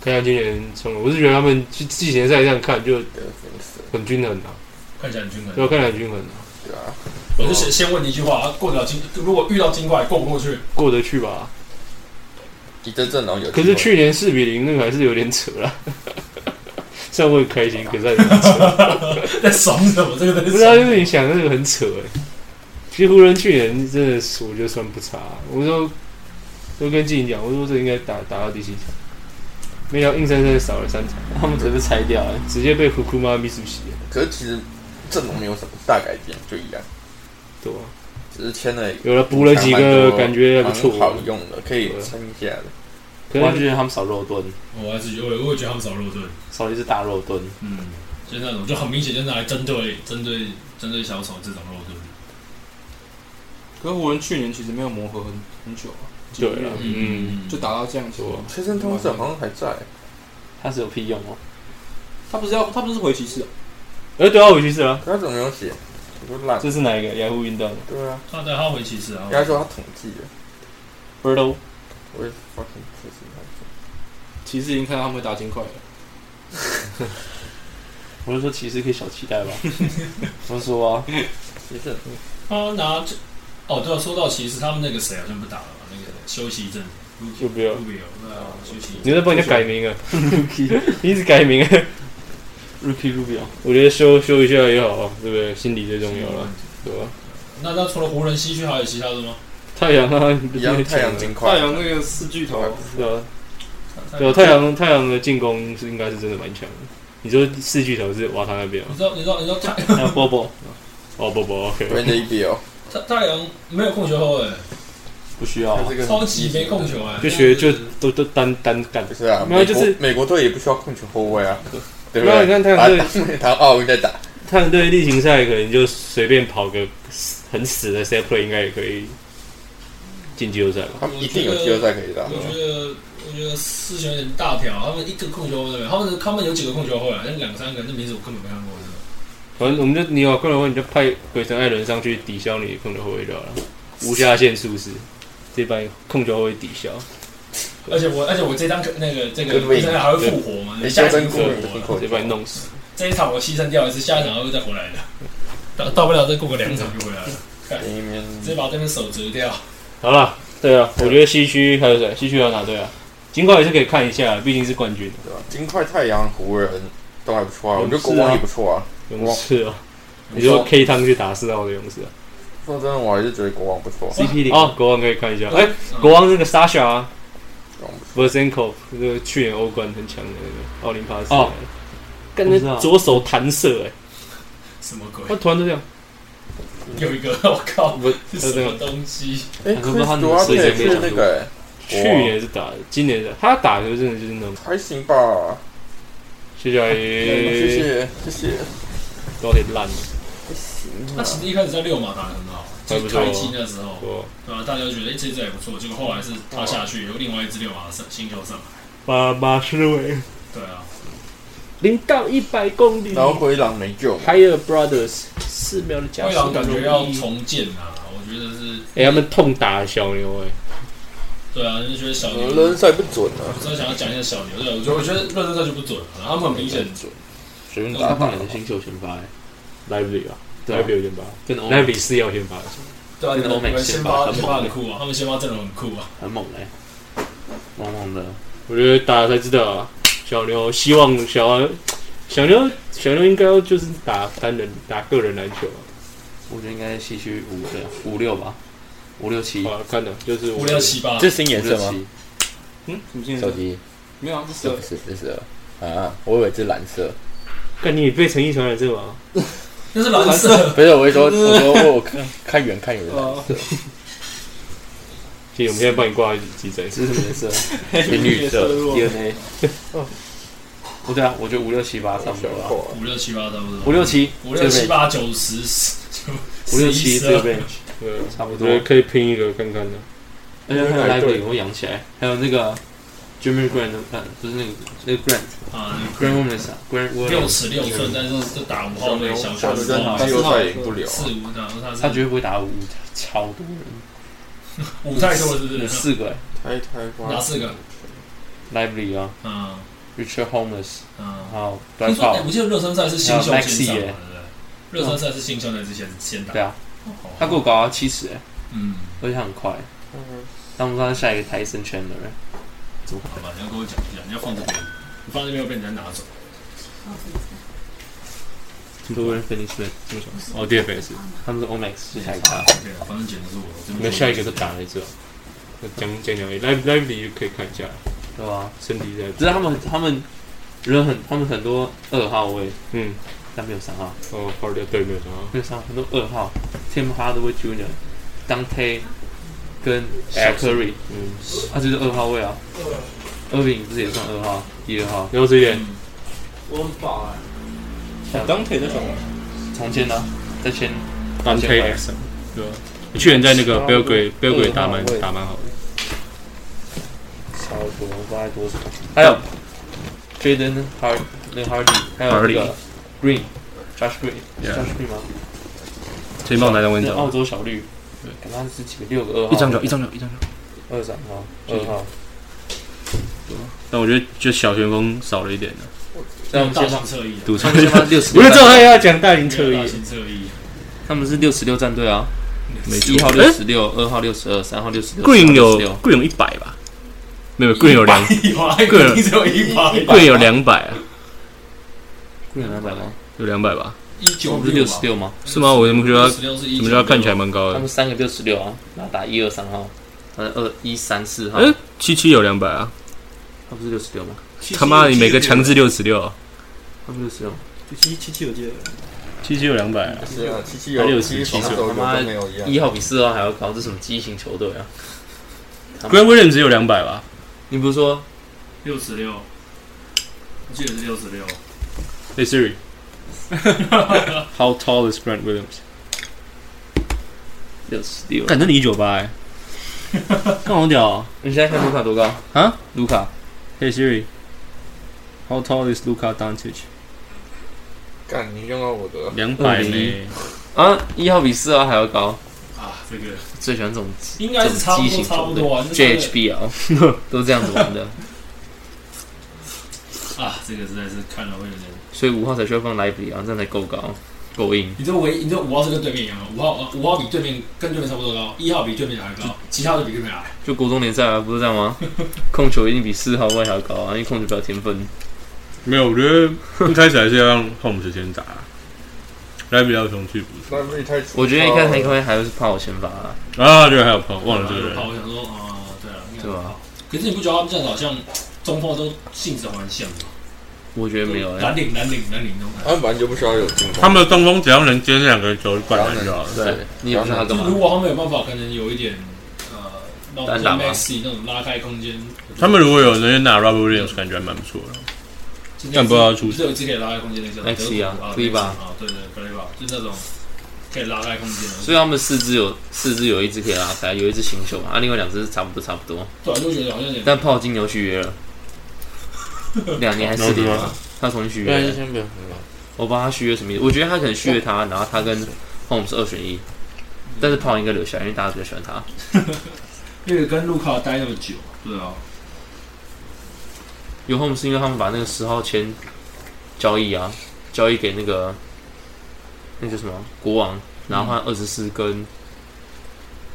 看一下今年冲了，我是觉得他们去季前赛这样看就得分是，很均衡啊，看起来很均衡对，我看起来很均衡啊，对啊，我就先先问你一句话：啊过得了金，如果遇到金块，过不过去？过得去吧？你真正能有机可会。是去年四比零那个还是有点扯啦。 虽然我很开心，可是还是很扯。在爽什么？这个在不知道，因为爽你想那个很扯哎、其实湖人去年真的是我觉得算不差、啊我说都跟静怡讲，我说这应该打打到第七场，没想到硬生生少了三场，他们准备拆掉哎，直接被胡库妈咪出席了，可是其实阵容没有什么大改变，就一样，对吧、只是签了一个有了补了几个，感觉还蛮不错。好用的，可以撑一下的。可我还能觉得他们少肉盾，我还是觉得，我我也觉得他们少肉盾，少了一只大肉盾。嗯，就是那种就很明显就是拿来针对针对针对小丑这种肉盾。可是湖人去年其实没有磨合很很久啊，对几个月啊嗯，就打到这样子对啊。切身通射好像还在，他是有屁用哦！他不是要他不是回骑士啊，哎、对啊，我去是啊，可他怎么没有写？我说烂，这是哪一个？雅虎云端的对啊，他带他回骑士啊人，嗯家说他统计的， b i r d o 我也 fucking 不知 道骑士已经看到他们会打金块了。我是说，骑士可以小期待吧？ 我是说啊，其实他拿啊这哦，对啊，说到骑士，他们那个谁好像不打了吧？那个休息一阵子，就不要不。比对啊，休息一阵哦你在帮人家改 名啊？ Rookie 你一直改名、啊， Rookie Rubio，我觉得修修一下也好啊，对不对？心理最重要了，嗯对吧、那那除了湖人西区还有其他的吗？太阳啊，一样太阳金太块，阳那个四巨头，对啊，对啊，太阳太阳的进攻是应该是真的蛮强的。你说四巨头是瓦塔那边吗 你？知道你知道你知道太啊还有 Bobo，哦不不，OK，对那一 B 哦，太太阳没有控球后卫，不需要啊他是个超级没控球哎，就学就都都单单干不。是啊，没有就是美国美国队也不需要控球后卫啊，对啊不没有你对？看太阳队，打打奥运在打，太阳队例行赛可能就随便跑个很死的 set play，应该也可以进季后赛吧？他们一定有季后赛可以打。我觉得我觉得事情有点大条，他们一个控球后卫，他们他们有几个控球后卫，啊那两三个，那名字我根本没看过，真的反正我们就你有空的话，你就派鬼神艾伦上去抵消你的控球后卫就好了，无下限术士，这把控球后卫抵消。而且我而且我这张那个这个 Goodwin 现在还会复活嘛？对下一场复对活了，直接把你弄死。这一场我牺牲掉一次，下一场还会再回来的，到到不了再过个两场就回来嗯了，里面直接把这边手折掉。好了，对啊，我觉得西区还有谁？西区还有哪队啊？尽管也是可以看一下，啊毕竟是冠军。对吧？金块、太阳、湖人都还不错啊，我觉得勇士啊国王也不错啊。勇士啊，你说 K 汤去打四号的勇士啊说真的，我还是觉得国王不错， ，CP 零哦，国王可以看一下。哎，国王那个 Sasha 啊国王不错。 Versenko，那个去年欧冠很强的那个奥林匹斯。哦，干我知道那左手弹射哎，什么鬼他？突然就这样。有一个， 我靠，不，是他什这么样东西？哎，我可不知道他是们主要谁也谁没是那想过个去年是打的，今年的他打球真的就是那种。哎还行吧，谢谢阿姨，谢谢谢谢。有点烂了，还行他啊其实一开始在六马打得很好，还就嗯不是错哦开季那时候，我对吧？大家就觉得哎，这支还不错，结果后来是他下去，有另外一支六马上新球上来，把马斯维对啊，零到一百公里然后灰狼没救嘛， Higher Brothers 四秒的加灰速狼感不容觉易要重建啊，我觉得是哎、他们痛打小牛哎、对啊，就觉得小牛，热身我赛不准啊，真的想要讲一下小牛，对，啊我觉得我觉得热身赛就不准了，他们很明显不准，随便他打打放。两个新秀先发、欸， Lively 吧对啊，Lively 有先发跟欧，Lively 是要先发的，对啊，你们欧美你们先先发发很先猛发很酷啊，他们先发阵容很酷啊，很猛哎、欸，猛猛的，我觉得打了才知道啊。小牛希望小牛小牛小牛应该要就是打单人打个人篮球啊，我觉得应该西区五六五六吧，五六七，好啊看的就是嗯五六七八，这是新颜五六色吗？七，什么现手在？机没有啊，不是这啊不是这是啊，我以为是蓝色，看你也被陈奕传染这嘛，那是蓝色，不是我是说，我说我有看看远看远蓝哦色， 其实我们现在帮你挂几针，这是什么颜色偏绿色？DNA。不对啊，我觉得五六七八差不多小了，扣啊，五六七八差不多，五六七，五六七这个 range，八九十十五六七十这一个十 range 对啊，差不我多觉。得可以拼一个看看的。而且还有我觉得还 Lively 对我养起来，还有那个 Jimmy Grant，呃，不是那个那个 Grant 二啊， Grant Williams 啊，Grant 六 Williams，尺六寸，但是这打五号小牛位小小球牛四号在季后赛赢不了啊，四五，然后他是他绝对不会打五，超多人，五太多了，是不有是？四个太太花哪四个？欸 Lively 啊嗯，Richard Holmes，嗯。还有听 Black 说，哎 Paul，我记得热身赛是新秀还有先 Maxi 上嘛，对耶不对？热身赛是新秀那之前先打。对啊，哦，好他够高啊，七十哎，嗯，而且他很快。那我们刚下一个 Tyson Chandler，欸好吧，你要跟我讲一下，你要放这边，你放这边会被人家拿走。多人 Finish m a n 哦，DFS，他们是 Omax 是下一个啊，对啊，反正简直是我，我这那边下一个是打了之后，那讲讲讲，Live Lively 可以看一下，对吧？身体在，只是他们他们人很，他们很多二号位，嗯，但没有三号。哦，跑掉对面啊，没有上很多二号，Tim Hardaway Jr.、Dante 跟 Al Curry，嗯，他就是二号位啊。二饼不是也算二号，一二号。然后这一点嗯我很饱啊。当腿在什么？重签呢、再签 Dante X，对吧？你去年在那个 Belgrade Belgrade 打蛮打蛮好的，超多，我不知道多少。还有 Jaden Hard 那个 Hardy，还有那个 Green。Josh Green，Josh Yeah Green 吗？所以帮我拿张文那澳章，洲小绿，对感觉他是几个六个二号，一张球，一张球，一张球。二三号，二号。但我觉得就小旋风少了一点了，啊那我们大先把型侧翼啊，赌他场。们先把六十， 我觉得这还要讲大型侧对啊大翼，型侧翼，他们是六十六战队啊，没错一号六十六，二号六十二，三号六十六， Green 有六 Green 有一百吧？没有 Green 有两有啊，一个只有一把，一把 Green 有两百啊， ，Green 两百吗？有两百吧？一九我不是六十，六吗？是吗？我怎么觉得他怎怎么觉得他看起来蛮高他的们？三个六十六啊，然后打一二三号，嗯呃二一三四号，哎，七七有两百啊！他不是六十六吗？他妈，你每个强制六十六，他不是六十六，七七七七，我记得七七有两百啊！是啊，七七还有有十七七岁手有跟没有一样，一号比四号还要高，这什么畸形球队啊？ Grant Williams 只有两百吧？你不是说六十六，我记得是六十六。 Hey Siri，How tall is Grant Williams？六十六？感觉你一九八哎，看好屌啊你现在看卢卡多高？啊卢卡！Hey Siri，How tall is Luka Doncic？干你用到我的，两百201没？啊，一号比四号还要高，啊，这个最喜欢这种应该是差不多这种畸形球队差不多啊。这个 JHBL 都这样子玩的，啊，这个实在是看了会有点。所以五号才需要放莱比啊，这样才够高，够硬。你这唯一，你这五号是跟对面一样啊，五号五号比对面跟对面差不多高，一号比对面还高，其他的比对面矮。就国中联赛啊，不是这样 吗？控球一定比四号位还要高啊，因为控球比较天分。没有，我觉得一开始还是要让 Holmes 先打，来比较雄去补那瑞太粗糙了，我觉得一开始应该还是怕我先发啊，啊！对，还有朋友哦忘了这个然后人，我想说啊，对啊，应该对吧？可是你不觉得他们这样子好像中锋都性质蛮像的吗？我觉得没有、欸，蓝领蓝领蓝领那种他感觉。们本来就不需要有进攻，他们的中锋只要能接那两个球就灌篮就好了。对你也不知道他干就是如嘛。果他们有办法，可能有一点呃，那种单打吗 Maxi 那种拉开空间，我觉得他们如果有能拿 Robert Williams，感觉还蛮不错的。今天但不知道出只有一只可以拉开空间的叫 Maxi 啊德国 Kleber 啊，对对 b l 就那种可以拉开空间的，所以他们四肢有四肢有一只可以拉开，有一只新秀嘛，啊，另外两只差不多差不多。对啊，就觉得好像有点但炮金牛续约 了，两年还是四年啊？他重新续约了，先不要，我帮他续约什么意思？我觉得他可能续约他，然后他跟 Holmes 二选一，但是炮应该留下来，因为大家比较喜欢他。那个跟卢卡待那么久，对啊，有 home 是因为他们把那个十号签交易啊，交易给那个那叫什么啊国王，然后换二十四跟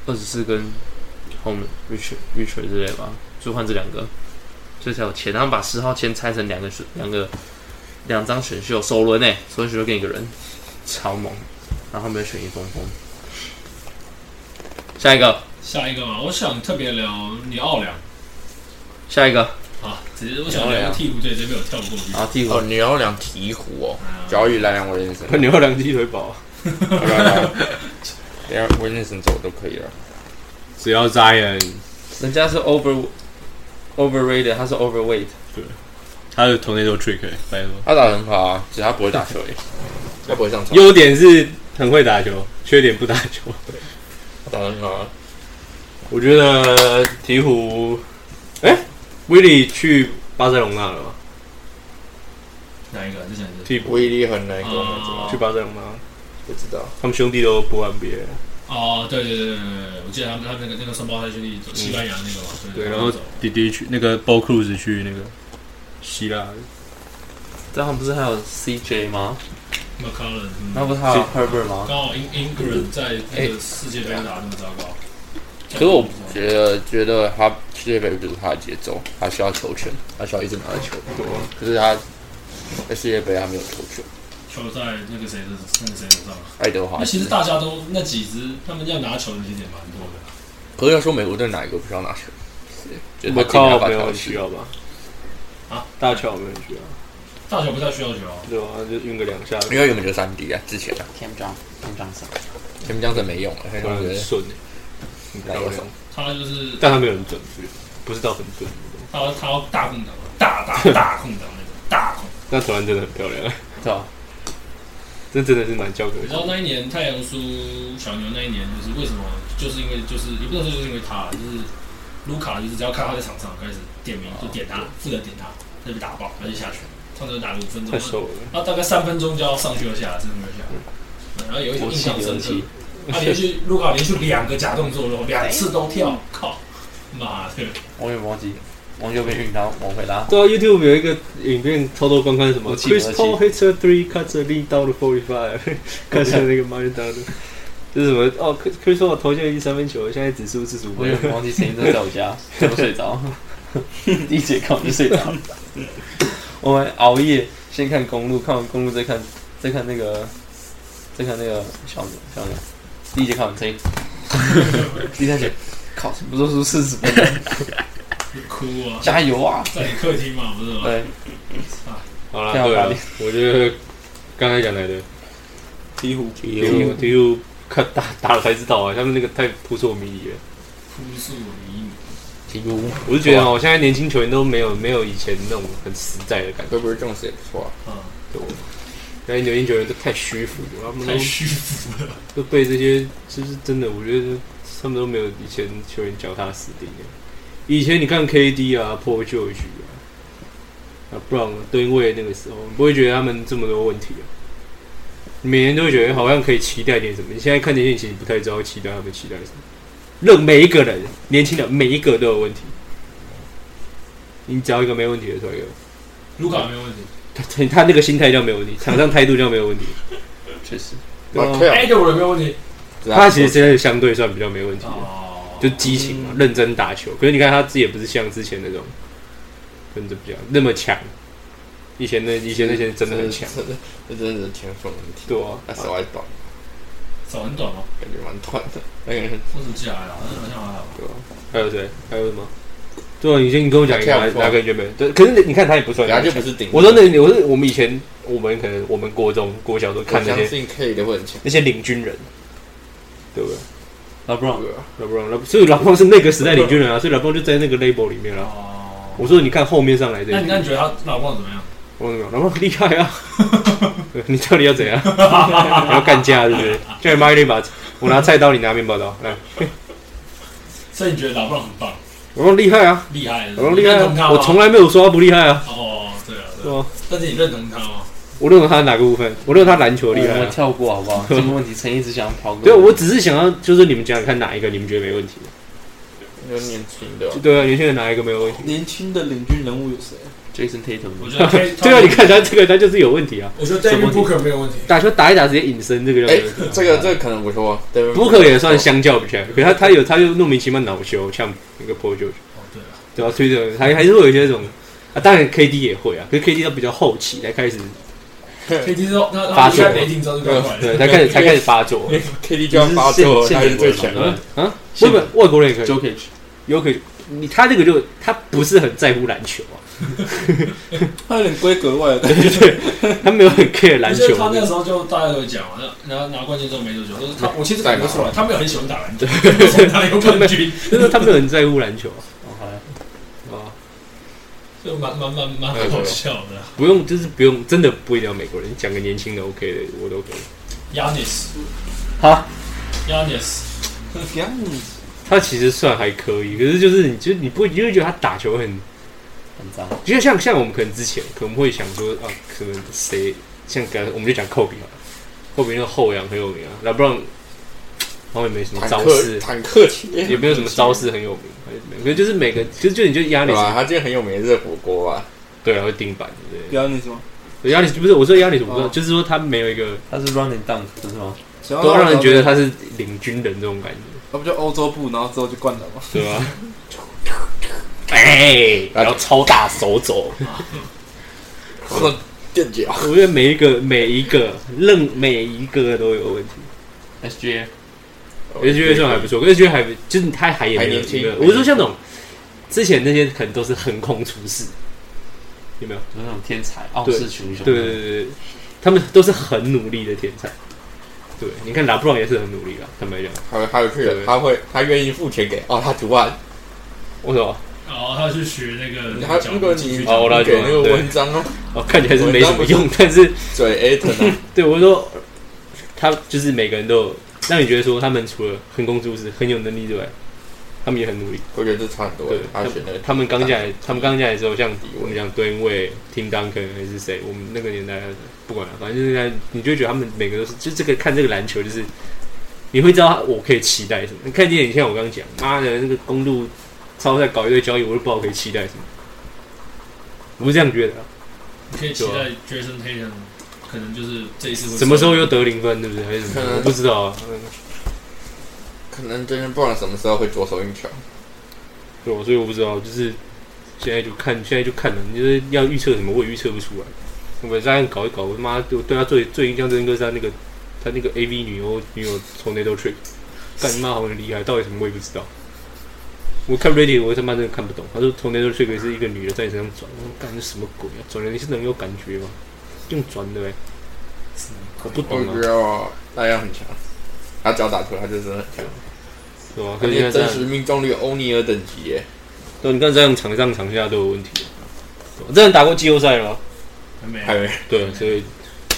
二十四跟 home rich rich 之类吧，就换这两个，所以才有钱。然后把十号签拆成两个选两个两张选秀，首轮呢，首轮选秀给一个人，超猛。然后他们选一中锋，下一个，下一个嘛，我想特别聊你奥良下一个，啊，只是我想聊一个鹈鹕队这边有跳过去然后第五哦，你要两鹈鹕哦，啊，交易莱昂威廉森， 你要两鸡腿啊堡，要不要莱昂莱昂威廉森走都可以了。只要 Zion，人家是 over overrated，他是 overweight。他的投内都 trick，欸拜托。他打得很好啊，只是他不会打球而已，他不会上场。优点是很会打球，缺点不打球。他打得很好啊，我觉得鹈鹕，哎、w i l l y 去巴塞隆纳了吧？哪一个？之前是替补威啊力很难跟我们哦讲，去巴塞隆纳，不知道。他们兄弟都不玩别人，哦，对对对对对对，我记得他们他们那个那个双胞胎兄弟走西班牙那个嘛，对对他然们后走弟弟去那个 Bo Cruz 去那个希腊，但他们不是还有 CJ 吗？ McCollum，嗯那不是还有 Herbert 吗？刚好英英格兰在那个世界杯打得那么糟糕，可是我觉得，觉得他世界杯不是他的节奏，他需要球权，他需要一直拿着球。可是他在世界杯他没有球权，球在那个谁的那个谁手上。爱德华那其兹实。大家都那几支，他们要拿球的其实也蛮多的。可是要说美国队哪一个不需要拿球？是觉我得他尽靠，量把没有球很需去。要吧？啊，大乔没有很需要，大球不太需要球啊，对吧？就运个两下，因为原本就三 D 啊，之前啊， Cam John Cam Johnson，前面这样子没用了，现在突然觉很得顺、欸，很漂哪一个亮手。他就是但他没有很准，不是到很准。他要他要大空档，大 大大空档那种大空。那投篮真的很漂亮， 对啊吧？这真的是蛮教科你知书道。那一年太阳输小牛那一年，就是为什么？就是因为就是也不能说就是因为他，啊就是卢卡就是只要看他在场上开始点名就点他，负责点他，他就被打爆，他就下去，上次打了五分钟太，瘦了，他大概三分钟就要上去又下来，真的没有下来。嗯对然后有一球印象深刻，他连续卢卡连续两个假动作然后两次都跳，靠，妈的！我也忘记，王就被运到往回拉。对啊，YouTube 有一个影片偷偷观看什么我记得 Chris 我记得 Paul hits a three, cuts a lead down to forty five，看下那个 Mario down，的就是什么哦，Chris Chris Paul 投进了一三分球，现在指数四十五我也分。忘记声音在 我家，怎么睡着？ 第一节课我就睡着。我们熬夜先看公路，看完公路再看再看那个再看那个小牛小牛。第一节看完 声音，第三节靠，不都输四十分了？哭啊，加油啊！在你客厅嘛，不是吗？对，好啦，这样对打啊脸，我觉得刚才讲来的鹈鹕比如比如看打打了才知道啊，他们那个太扑朔迷离了。哭诉你，鹈鹕我就觉得哦，现在年轻球员都没有没有以前那种很实在的感觉，会不会中也不错啊？啊，现在年轻球员都太虚浮了，他们都太虚浮了。都被这些，就是真的，我觉得他们都没有以前球员脚踏实地啊。以前你看 KD 啊、Paul George 啊、啊 Brown 啊对位那个时候，你不会觉得他们这么多问题啊。你每年都会觉得好像可以期待点什么，你现在看年轻人其实不太知道期待他们期待什么。任每一个人，年轻的每一个都有问题，你找一个没问题的出来给我，卢卡没有问题。他他他那个心态叫没有问题，场上态度叫没有问题。确实，对啊 OK 啊哎，对我有没有问题？他其实真的相对算比较没问题的。哦，就激情嗯嘛，认真打球。可是你看他自己也不是像之前那种跟着比较那么强，以前那以前那些真的很强，真的这真的是天赋问题。对啊他手还短，手很短吗？哦感觉蛮短的。那个人我怎么记得还好，好像还好。还有谁？还有什么？对啊，以前你跟我讲一个他哪跳不哪个人没有？对，可是你看他也不算本啊来就不是顶。我说那我是我们以前我们可能我们国中国小都看我那相些信 K 的会很强。那些领军人，对不对？老布朗对啊老布朗，老所以老布朗是那个时代领军人啊，所以老布朗就在那个 label 里面了、哦，我说你看后面上来这那一你句，那你觉得他老棒怎么样？我怎么老布朗厉害啊？ 对你到底要怎样？ 你要干架是不是？叫你妈一定把我拿菜刀，你拿面包刀，哎来，所以你觉得老棒很棒，我说厉害啊，厉害的？我说厉害你认同他啊，吗我从来没有说他不厉害啊，哦，对啊，是对啊。吧？但是你认同他吗？我认为他哪个部分？我认为他篮球我厉害、们啊。跳过好 不好？这个问题，陈一直想要跑过。对，我只是想要，就是你们讲讲看哪一个你们觉得没问题的。有年轻的啊对啊，年轻人哪一个没有问题？年轻的领军人物有谁？ Jason Tatum 我嘛， 觉得 K，对啊，你，看他这个，他就是有问题啊！我觉得 David Booker 没有问题。打球打一打直接隐身，这个叫哎有问题。，这个这个可能啊不错。对 Booker 也算相较比起来，可是他他有他就莫名其妙恼羞，像那个 Paul George，哦，对了，对吧、推特还还是会有一些这种啊，当然 KD 也会啊，可是 KD 他比较后期才开始， KD 之后，那发他离作开雷霆之后就更快了。对，才 开始才开始发作。 KD 就要发作了，现他在是最强嗯的。啊，不不，外国人也可以， Jokic 有可以，你他这个就他不是很在乎篮球啊， 他有点规格外的，他没有很 care 篮而球啊且。他那个时候就大家都会讲嘛，那然后拿冠军之后没多久，就是他，我其实感觉出来，他没有很喜欢打篮球，从哪里有冠 军，就是他没有很在乎篮球啊，哦就蛮蛮蛮蛮好笑的。不用就是不用，真的不一定要美国人，讲个年轻的 OK 的我都可以。 Yanis，好，Yanis，杨你他其实算还可以，可是就是你就你不你会觉得他打球很很脏，就像像像我们可能之前可能会想说啊，可能谁像刚我们就讲扣比好了，扣比那个后仰很有名啊，那不然好像也没什么坦招克式，坦克铁，也没有什么招式很有名，还是怎么样可是就是每个其实就你就压力对啊吧？他今天很有名的热火锅啊，对啊会定板对杨你什么？对，压力不是我说压力我不啊知道，哦就是说他没有一个他是 running dunk 不是吗？只哦要都让人觉得他是领军人这种感觉，他不就欧洲步，然后之后就灌 篮吗？对吧？哎，然后超大手肘，垫脚。我觉得每一个每一个任每一个都有问题。 SGA S G A 这种还不错，S G A 还不就是他还也没有哦还年轻没有我说像那种之前那些可能都是横空出世，有没有？就是那种天才傲视群雄，对对对对，他们都是很努力的天才。对，你看拉布朗也是很努力啊，坦白讲，还有还有去对了，他会他愿意付钱给哦，他图案，为什么？然后他去学那嗯个他脚如步果进你去哦我脚来你给那个对 文章哦，哦，看起来是没什么用，但是嘴 A 疼啊，对我说，他就是每个人都有让你觉得说，他们除了横空出世很有能力之外，他们也很努力。我觉得这差很多对。，他他选那个他们刚进来，他们刚进来的时候，像我们讲蹲位、听 Duncan 还是谁，我们那个年代不管了，反正就是你就会觉得他们每个都是，就这个看这个篮球，就是你会知道我可以期待什么。你看电影，像我刚刚讲，妈的那个公路超在搞一堆交易，我都不知道我可以期待什么。我是这样觉得啊、可以期待 Jason Tatum 可能就是这一次会啊什么时候又得零分，对不对？还是什可么？能我不知道啊。可能真正不知道什么时候会左手运球，对，所以我不知道，就是现在就看，现在就看了，你就是要预测什么，我也预测不出来。我这样搞一搞，我他妈对我对他最最印象深刻是他那个他那个 A V 女优女友从那头 trick，干你妈好很厉害，到底什么我也不知道。我看 Ready，我他妈真的看不懂。他说从那头 trick 是一个女的在你身上转，我说干这什么鬼啊？转了你是能有感觉吗？用转的呗、我不我懂觉啊，得那样很强。他只要打球，他就真的很强。是吧？哦他可是那现在个真这样实命中率欧尼尔等级耶，对，啊你看这样场上场下都有问题。我之前打过季后赛了吗，还没有还没对，所以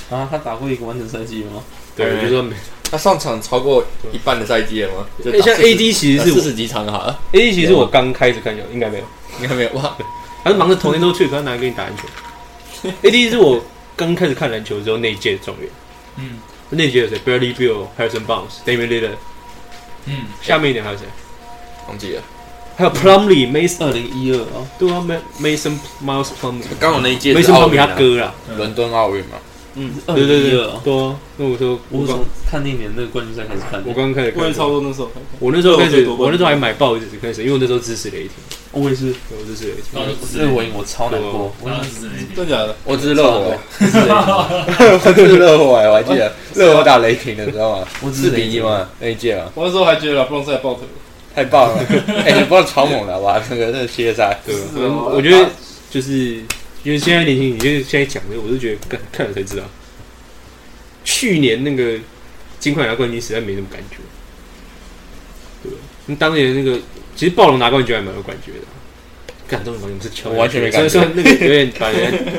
啊，他打过一个完整赛季了吗？对，哎我就说没他上场超过一半的赛季了吗？就欸、打像40 AD 其打实是40几场好了，我 AD 其实是啊我刚开始看球，应该没有，应该没有哇，他是忙着童年都去，可他哪里跟你打篮球 ？AD 是我刚开始看篮球的时候那一届的状元，嗯那一届有谁？Bradley Beal、Harrison Barnes、Damian Lillard，嗯，下面一点还有谁？忘记了。嗯还有 Plumlee、Mason，二零一二啊，对啊，Ma-，Mason Miles Plumlee，Mason 刚好那一届是奥 Plumlee 运他啊，哥啦，对伦敦奥运嘛，嗯， 2012对对对啊，对啊。那我说我我是刚从看那年那个冠军赛开始看的我，刚开始我也看差不球，多那时候才看。我那时候开我也始，差不多我那时候还买报纸开始，因为我那时候支持雷霆，我也是，对我支持雷霆。然后就这我赢我超难对过，我然后想就只能啊真的假的？我只是热 火，我只是热火，我还记 得热火打雷霆的，知道吗？我只啊 四是比一嘛，那一届嘛，我那时候还觉得布朗赛爆腿，太棒 了！哎，你帮我超猛了哇，那个那个系列赛，对啊，是反正哦我觉得就是因为现在年轻，你就是现在讲的，我就觉得看看了才知道，去年那个金块拿冠军实在没什么感觉，对吧？那当年那个其实暴龙拿冠军还蛮有感觉的啊，感动的感觉是敲下去，我完全没感觉虽然虽然那个有点把人家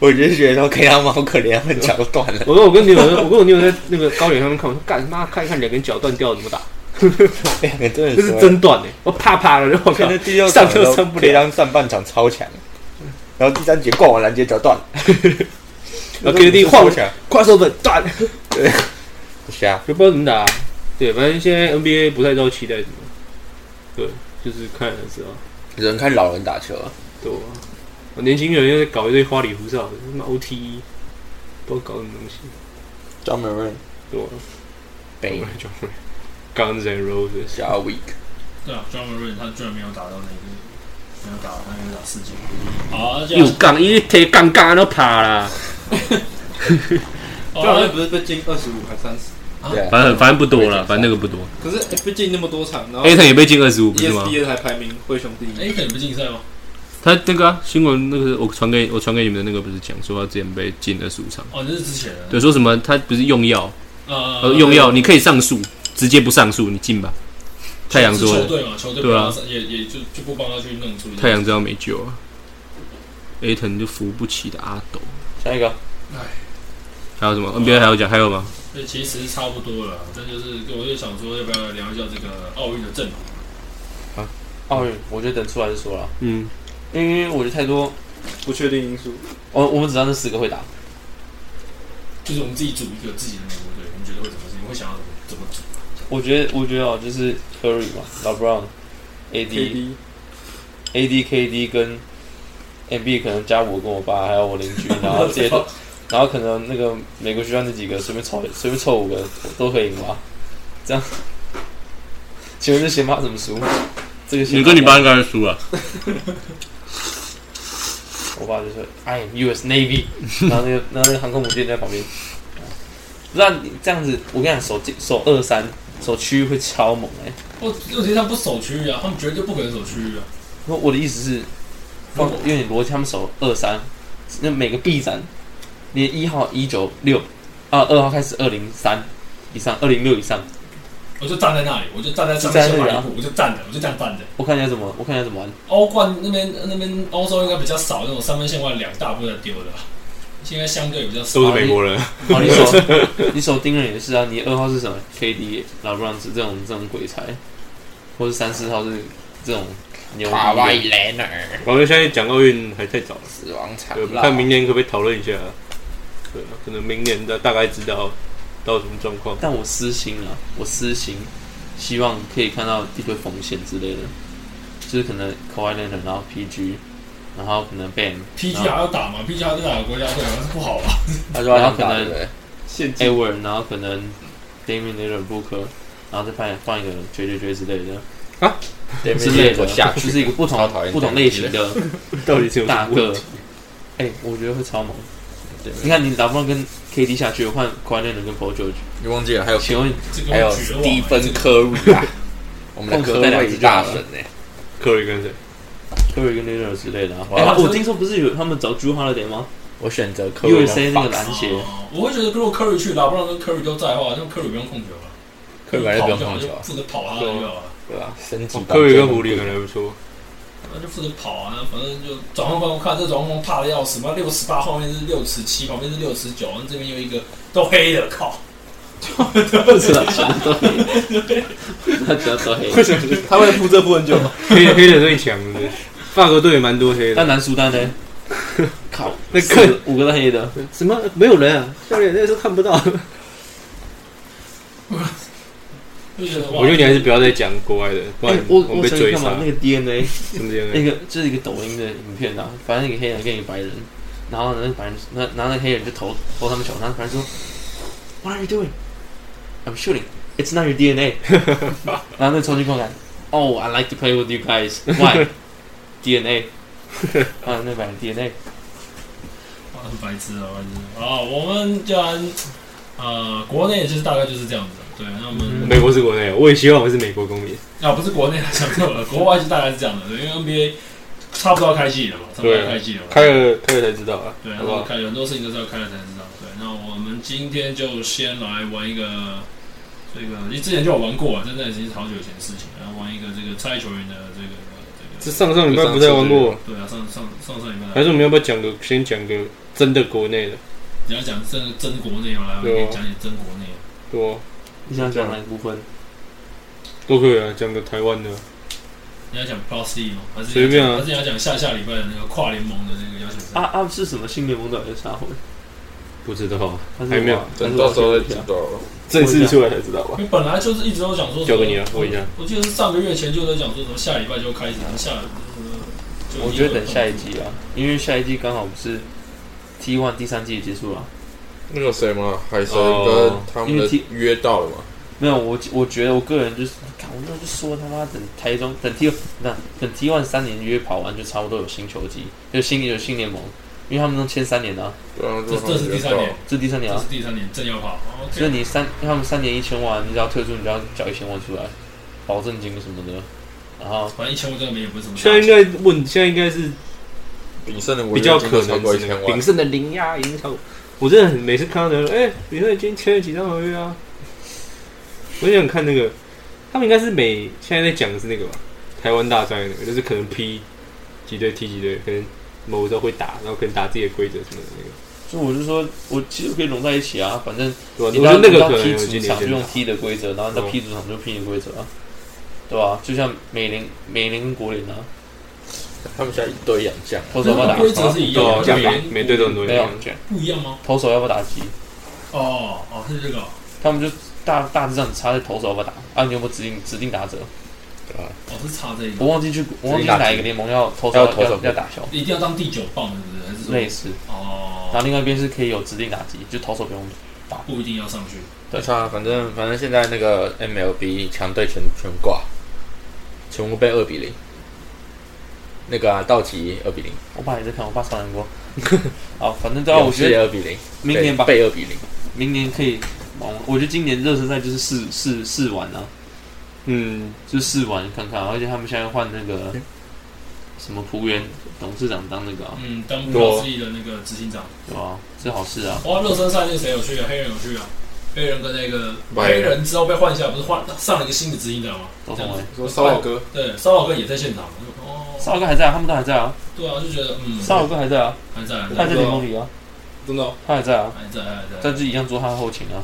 我就觉得 说 K 他们好可怜，他们脚都断了。我跟我跟女友，我跟我女友在那个高原上面看，我说干妈看一看两根脚断掉怎么打，两个真这的是是真断哎、我啪啪的，我靠看，那第六上场都上不了当上半场超强，然后第三节灌完篮接脚断了，啊然后 KD 晃超强，跨手本断，不是啊，啊啊就不知道怎么打、对，反正现在 NBA 不太知道期待什么。对，就是看的时候，只能看老人打球啊。对啊，我年轻人又在搞一堆花里胡哨的，他妈 OT，不知 E，道搞什么东西， John Moran、对啊， Bane、就会 Guns and Roses，加 Week，对啊，John Moran 他居然没有打到那个，没有打，他没有打世界。好，那这又样，哎杠，一提杠杠都趴啦，哦就好像不是被进二十五还三十，对啊，反正反正不多了，反正那个不多。可是哎被进那么多场，哦然后 A 腾也被进二十五，不是 E 吗？ ESPN 还排名灰熊第一，哎，可以不竞赛吗？他那个、啊、新闻那个是我传给我传给你们的那个不是讲说他之前被禁二十五场，哦，那是之前的。对，说什么他不是用药，呃呃，用药你可以上诉，直接不上诉你进吧。太阳是说球的，队嘛，球队对啊不帮他也也就就不帮他去弄出太阳知道没救啊。A 腾就扶不起的阿斗，下一个还有什么 NBA 还要讲还有吗？所以其实差不多了，但就是我就想说，要不要聊一下这个奥运的阵容？奥运，哦我觉得等出来就说了，嗯，因为我觉得太多，哦不确定因素。我我们只知道那四个会打，就是我们自己组一个自己的美国队，你们觉得会怎么？你们会想要怎么怎么组？我觉得我觉得哦，就是 Curry 嘛，老 Brown、AD、 KD AD、KD 跟 MB 可能加我跟我爸还有我 邻居，然后这些都，然后可能那个美国学校那几个随便凑随便凑五个都可以赢吧，这样，请问这先发怎么输？这个先发你跟你爸应该输啊。我爸就说 I am U.S. Navy，然后那个然后那个航空母舰在旁边，不知道你这样子，我跟你讲，守进守二三守区域会超猛哎、欸。我我觉得他不守区域啊，他们绝对不可能守区域啊。我我的意思是，放如果因为你逻辑他们守二三，那每个臂展，你一号一九六，啊二号开始二零三以上，二零六以上，我就站在那里，我就站在上就面站在先那里迈啊一步，我就站着，我就这样站着。我看你要怎么，我看你要怎么玩。欧冠那边那边欧洲应该比较少那种三分线外两大步在丢的吧，啊现在相对比较少。都是美国人，好，你守你守盯人也是啊，你二号是什么？KD、老布朗是这种这种鬼才，或是三四号是这种牛逼卡哇的伊莱纳尔我们现在讲奥运还太早了，死亡惨对，浪看，明年可不可以讨论一下啊，对啊，可能明年的大概知道到什么状况。但我私心啊，我私心希望可以看到一堆锋线之类的，就是可能 k a w i l e n 然后 PG，然后可能 Bam， PG 然还后要打嘛？PG 还在打国家队，好像是不好吧？他说他想然后打可能对不对？现金 Edward，然后可能 Damian l i l l a r Booker，然后再放放一个绝绝绝之类的对之类的，下就是一个不超同讨厌不同类型的到底是有什大么问个 题？。哎、我觉得会超猛。你看，你打不上跟 KD 下去，换 k a w i l e n 跟 Paul George，你忘记了还有请问这个还有我绝望欸。蒂这芬个科瑞啊，我们的科共和瑞党大神呢？科瑞跟谁？ Curry 跟 l i l l a r 之类的啊？哇哎、我听说不是有他们找 Drew Holiday 吗我选择科瑞？USA 那个篮协。哦我会觉得如果 Curry 去，拉布朗跟 Curry 都在的话，那 Curry 不用控球了，科瑞还是不用跑控就球好啊就，负责跑他的就好了，对吧？升级哦版科瑞跟狐 狸可能还不错，那就负责跑啊，反正就转换方我看这转换方怕的要死，妈六十八后面是六尺七，旁边是六尺九，然后这边又一个都黑的，靠！是啊，全部都黑，他全部都黑。他为了铺这铺很久吗？黑的黑的最强的，法国队也蛮多黑的但。南苏丹呢？靠，那四个五个都黑的，什么没有人啊？教练那时候看不到。就觉得哇，我觉得你还是不要再讲国外的，不然哎我们我被曾经追看杀嘛，那。个哎 DNA，什么那 DNA？个就是一个抖音的影片啊，反正一个黑人跟一个白人，然后呢，那个白人那然后那个黑人就投投他们球，然后白人说，What are you doing? I'm shooting. It's not your DNA. 然后那个冲击空感，Oh, I like to play with you guys. Why? DNA. 啊，那白人 DNA，哇很白痴啊，白痴啊！我们既然呃，国内就是大概就是这样子，对，那我们美国是国内，我也希望我是美国公民。啊，不是国内讲错了，国外是大概是这样的，对，因为 NBA 差不多要开季了嘛，差不多要开季了嘛，开了开了才知道啊，对，好然不后好？开有很多事情都是要开了才知道。对，那我们今天就先来玩一个这个，因为之前就有玩过啊，真的已经是好久以前的事情。然后玩一个这个猜球员的这个这这个，上上礼拜不是还玩过，对啊，上上上上礼拜还是我们要不要讲个先讲个真的国内的，你要讲真真国内嘛，来，我对啊给你讲点真国内。对啊，你想讲哪一部分？都可以啊，讲个台湾的，你要讲 Plus D 吗？还是你要随便啊还是你要讲下下礼拜的那个跨联盟的那个邀请赛？啊啊，是什么新联盟的还是啥会？不知道，但是还没有我，但 等是到我时候先再知跳道了。这次出来才知道啊吧因？为本来就是一直都讲说，交给你了，我一下。我记得是上个月前就在讲说什么下礼拜就开始，然后下就我觉得等下一季啊，因为下一季刚好不是 T One 第三季结束了。啊那个谁嘛，海神哦跟他们因为的踢约到了嘛？没有，我我觉得我个人就是，看我那就说他妈等台中等 T 那等 T One 三年约跑完就差不多有新球季，就新有新联盟，因为他们都签三年了、啊，对啊，这就他这们是第约三到年了，，这是第三年这啊是，第三年正要跑所以，OK，你三他们三年一千万，你只要退出，你就要缴一千万出来，保证金什么的，然后反正一千万这个没也不是什么大事。现在应该问，现在应该是炳胜的比较可超能过一是千万炳。胜的零压赢超过。我真的很每次看到人说，哎、炳胜已经签了几张合约啊？我就想看那个，他们应该是每现在在讲的是那个吧，台湾大赛那个，就是可能 P 几队踢几队，可能某时候会打，然后可能打自己的规则什么的那个。所以我就说，我其实可以融在一起啊，反正对你吧？我觉得那个到可能踢有主今场就用年踢的规则，然后到哦 P 主场就 P 的规则啊，对吧、就像美林、美林跟国联啊，他们现在一堆洋将，投手要不要打规则是一样的，对啊每每队都很多没有洋将，不一样吗？投手要不要打击，哦哦，是这个哦他们就大大致上差在投手要不要打啊，你有没有指定指定打者？嗯哦，是差这一个，我忘记去，我忘记指定打击哪一个联盟要投手要要投手要打球，一定要当第九棒，是不是？嗯还是类说似，然后哦，另外一边是可以有指定打击，就投手不用不一定要上去？对差，反正反正现在那个 MLB 强队全全挂，全部被二比零。那个啊，道奇二比零，我爸也在看，我爸超难 过。好，反正对啊，我觉得得二比零，明年吧，被二比零，明年可以忙。我觉得今年热身赛就是试试试玩啊，嗯，就试玩看看啊。而且他们现在换那个什么浦原董事长当那个、啊，嗯，当标志的那个执行长。对吧、啊？是好事啊。哇，热身赛那个谁有去啊？黑人有去啊？黑人跟那个白黑人人之后被换下，不是换上了一个新的执行长吗？周松伟、说骚扰哥，对，骚扰哥也在现场。哦，少哥还在、啊，他们都还在啊。对啊，就觉得嗯，少哥还在啊，还在，还他还在在，联盟里啊，真的哦他还在啊，还在，还在。但是一样坐他后勤啊。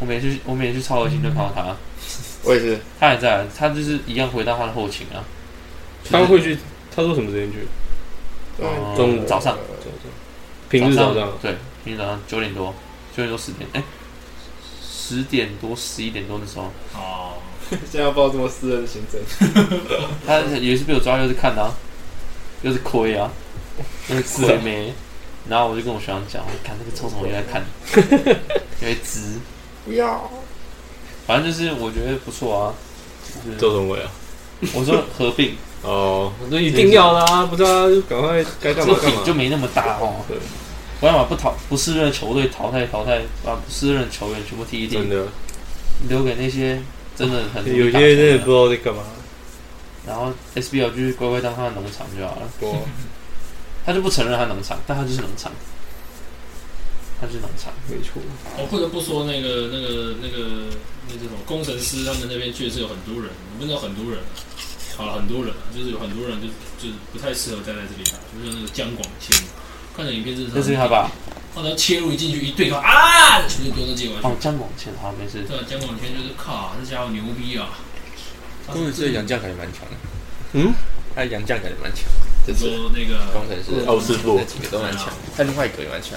我每次去我每次去超核心就看到他，我也是，他还在啊、他就是一样回到他的后勤啊。他会去，他说什么时间去？哦中午早上。平日早早上上，对，平日早上九点多，九点多十点，哎、十点多十一点多的时候，好，现在要报这么私人的行程，他有一次被我抓，又是看的、啊，又是亏啊，又是亏没，然后我就跟我学长讲，我看那个臭虫又在 看，有一只，不要，反正就是我觉得不错啊，就是周成伟啊，我说合并，哦，那一定要啦，不知道啊赶快该这 干嘛个干饼就嘛。没那么大哦对。我要把不淘不适任的球队淘汰淘汰，把不适任的球员全部踢一踢，真的，留给那些真的很努有力打些人球的真的不知道在干嘛。然后 SBL 就是乖乖当他的农场就好了。对啊他就不承认他农场，但他就是农场，他就是农场。没错，我哦不得不说那个那个那个那叫什么工程师，他们那边确实有很多人，我们有很多人啊，好了，很多人啊，就是有很多人就就是不太适合待在这边打，就是那个姜广谦，看着影片真的这是很他爸后来切入一进去一对抗啊，球就丢到界外去。哦，江广倩，好没事。对啊，姜广谦就是靠，这家伙牛逼啊！工程师的洋将感觉蛮强的，嗯，他的洋将感觉蛮强，这次说那个工程师奥斯陆那几个都蛮强，他另外一个也蛮强，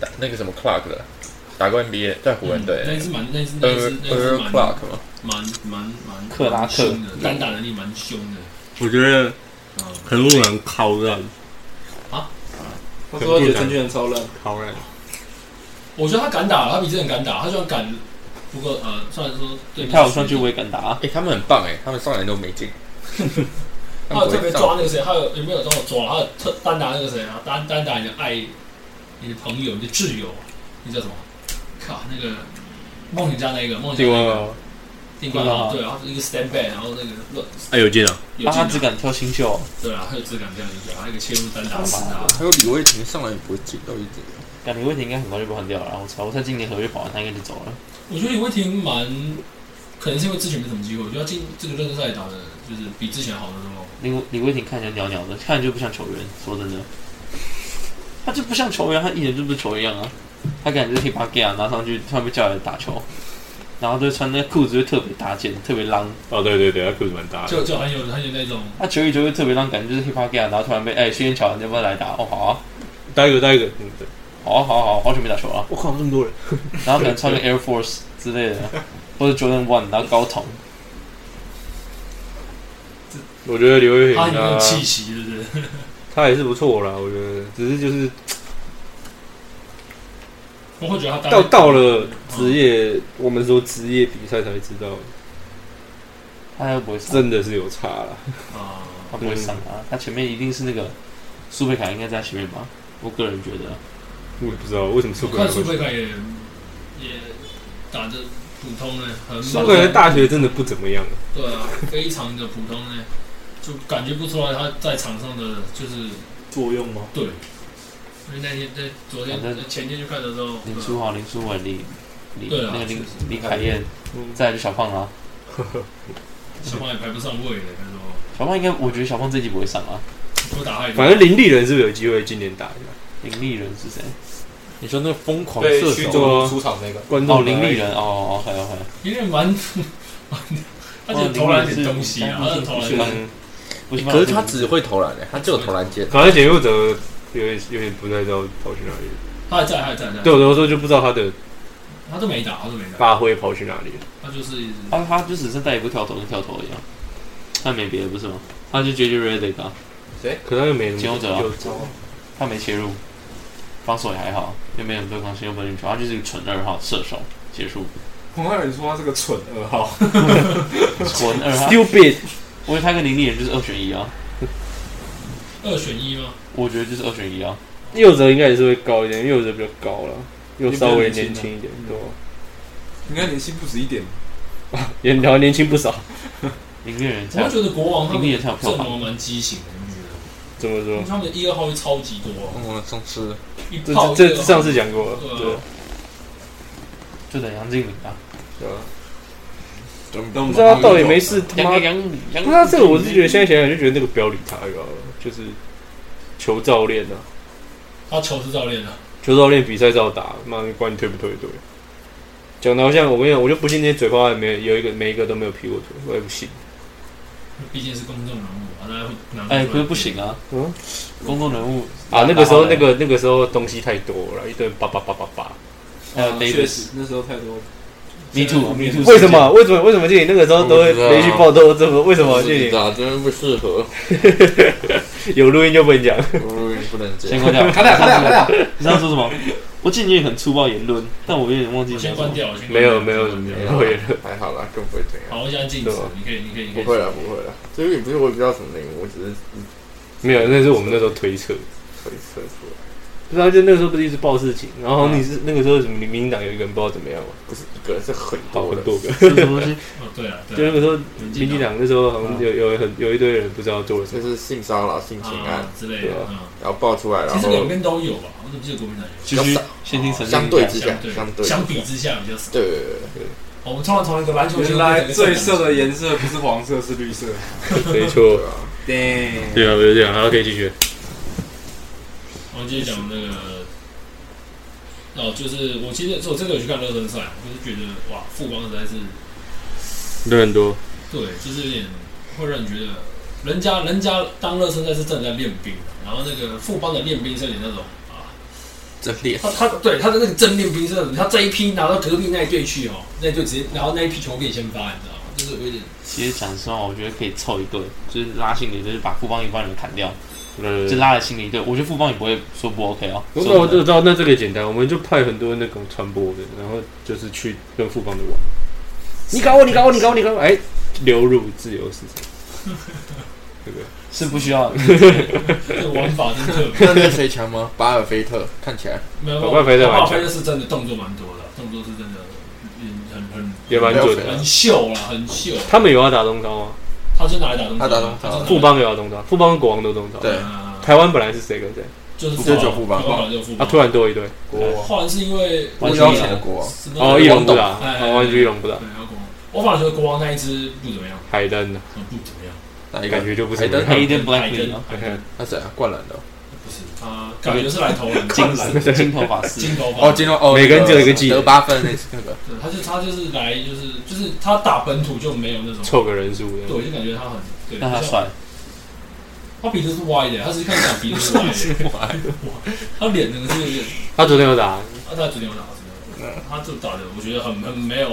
打那个什么 Clark 的，打过 NBA，在湖人队嗯，那一次蛮，那一次那一呃次那一呃次蛮 Clark 嘛，蛮蛮蛮克拉克蛮凶的，单打能力蛮凶的。我觉得嗯，很多人靠烂，啊他说他觉得陈俊仁超烂，靠烂，我觉得他敢打，他比之前敢打，他虽然敢，不过呃，虽然说对他有上去我也敢打啊，哎，他们很棒哎，他们上来都没 进，哦他有特别抓那个谁，他有有没有让我抓？他有特单打那个谁啊，单单打你的爱，你的朋友，你的挚友，那叫什么？靠，那个梦想家那个梦想家对那个吧？定冠定冠啊，啊对，然后一个 stand back，然后那个乱哎，有见啊，有但他只进啊，敢挑新秀，对啊，他有质感这样子，还有一个切入单打他四打妈，还有李卫廷上来也不会进，到底怎样？感觉问题应该很快就被换掉了。我操，我猜今年合约保完他应该就走了。我觉得李威霆蛮，可能是因为之前没什么机会，我觉得他进这个热身赛打的就是比之前好的多。李李威霆看起来袅袅的，看起来就不像球员。说真的，他就不像球员，他一点就不是球员一样啊。他感觉就是 hip hop 啊，拿上去突然被叫来打球，然后就穿那个裤子就特别大件，特别浪。哦，对对对，他裤子蛮大的，就就很有很有那种他球一球会特别让感觉就是 hip hop 啊，然后突然被哎，薛元乔你要不要来打？哦，好啊。搭一个搭一个，嗯，对好啊好啊好啊，好久没打球了。我靠，这么多人！然后可能穿个 Air Force 之类的，或者 Jordan One，然后高筒。我觉得刘月他有平那啊种，气息，是不是？他也是不错啦，我觉得，只是就是我会觉得他嗯到当到了职业，我们说职业比赛才知道，他又不会上，真的是有差啦。啊，他不会上啊！他前面一定是那个苏贝卡应该在前面吧？我个人觉得，我也不知道为什么苏我格兰看会苏菲卡也也打的普通呢，很苏格兰的大学真的不怎么样，对啊，非常的普通呢，就感觉不出来他在场上的就是作用吗？对。因为那天在昨天反正前天去看的时候，对林啊书豪、林书伟、李李对啊那个林确实李凯燕，嗯再来就小胖啦。啊小胖也排不上位了，那时候小胖应该，我觉得小胖这集不会上啊。不打害反正林立人是不是有机会今年打一下？林立人是谁？你说那个疯狂对，射徐手，对啊州出场那个，观哦，众林立人，人哦，OK OK。有点蛮， 他哦只投篮一点东西啊，他只投篮一点，嗯我可是他只会投篮欸的，他只有投篮键。好像解忧者有点有点不太知道跑去哪里了。他还在，他还在，他还在对我来说就不知道他的他都没打，他都没打，发挥跑去哪里了。他就是一直他他就只是带一步跳投跟跳投一样，他没别的不是吗？他就 JJ Redick 啊，可他又没什解忧么者啊就他没切入，防守也还好，又没有对抗性，又不能球，他就是一个纯二号射手，结束。我还有人说他是个蠢二号，纯二号， stupid。我觉得他跟林立人就是二选一啊，二选一吗？我觉得就是二选一啊。右者应该也是会高一点，右者比较高了，又稍微又比年较年轻轻一点，对吧？应该年薪不止一点吧。也然后年轻不少，林立人我才会，觉得国王他林们立人才有票阵房。容蛮畸形的，你不觉得？怎么说？他们的一二号会超级多哦，嗯，上次一这炮这一二这号上次讲过了，对对啊就等杨敬敏啊，对吧？嗯等不知道他到底没事他妈杨，杨杨，不知道这个，我是觉得现在想想就觉得那个不要理他就好了，就是求教练啊，他球是教练啊，求教练比赛照打，妈的管你退不退队。讲的好像我跟你讲，我就不信那些嘴炮，没有有一个每一个都没有劈过腿，我也不信。毕竟是公众人物啊，大家会拿出来哎，可是不行啊，嗯公众人物啊，那个时候那个那个时候东西太多了，一顿叭叭叭叭叭。还有确 Davis 实那时候太多了。 Me Too Me Too，为什么？为什么？为什么电影那个时候都会我不知道连续爆都这么？为什么我不电知影道，真的不适合，有录音就不能讲？嗯不能这先样。关掉，卡俩卡俩卡俩，你刚刚说什么？我记得你也很粗暴言论，但我有点忘记我你先讲什么关。掉，我先关掉没有没有先关掉没有，也哎还好啦，更不会怎哦样。好，我现在禁止对吧，你可以你可以你可不以，会啊啦，不会啦。这个也不是我也不知道什么内幕，我只是没有，那是我们那时候推测。推测出来，不知道，就那个时候不是一直报事情，然后你是 那个时候什么民民进党有一个人不知道怎么样嘛，不是一个，是很好多很的。多个， 是什么东西？哦对啊就对那啊，个时候民民进党那时候好像有有很有一堆人不知道做了什就么，是性骚扰、性侵案啊，之类的对啊，然后爆出来，其然实后两边都有吧，我怎么记得国民党有？继续先听陈相对之下，相对对，相比之下比较少。对对对对，我们通常从一个篮球原球来最色的颜色不是黄色，是绿色。没错， Damn，对啊，我就这样，然后可以继续。我继续讲那个，哦，就是我其实我真的有去看热身赛，我是觉得哇，富邦实在是人很多，对，就是有点会让你觉得，人家人家当热身赛是正在练兵的，然后那个富邦的练兵是有点那种啊，真烈他他对他的那个真练兵是那种，他这一批拿到隔壁那一队去哦，那一队直接，然后那一批全部给你先发，你知道吗？就是有点其实讲实话，我觉得可以凑一队，就是拉心里，就是把富邦一帮人砍掉，对就拉了心里一队。我觉得富邦也不会说不 OK 哦。那说我就知道，嗯那这个简单，我们就派很多那种传播的，然后就是去跟富邦的玩。你搞我，你搞我，你搞我，你搞我，哎，流入自由市场。是不需要，这个玩法真的特别。那那谁强吗？巴尔菲特看起来没 有，搞怪飞在玩搞球怪飞是真的动作蛮多的，动作是真的嗯很很也蛮准的很很秀啦，很秀。他们有要打中超吗？他是拿来打东西的，他打东西他是拿来富邦有要中超，富邦跟国王都中超。对呃台湾本来是谁跟谁，就是就只有富邦富邦就是富啊，邦。突然多一队。国王，后来是因为不完邀全请的国王，什么哦，一龙不打，哎哦，完全一龙不打对，，然后国王，我反而觉得国王那一支不怎么样，海登啊，嗯不怎么样。哪一个感？觉就不是海登黑灯海 black 登，啊，海登那谁啊？灌篮的哦。不是他，感觉是来投篮，金篮，丝金头发丝金，头发哦，今天哦，每个人那只有一个技能得八分那那 个，对，他就他就是来就是就是他打本土就没有那 种，凑个人数的，对，我就感觉他很对，但他就像帅，他鼻子是歪的，他只是看起来 鼻子是歪的，哇他脸真的是有点，他昨天有打，啊他昨天有打，他昨天有打他就打的，我觉得很很没有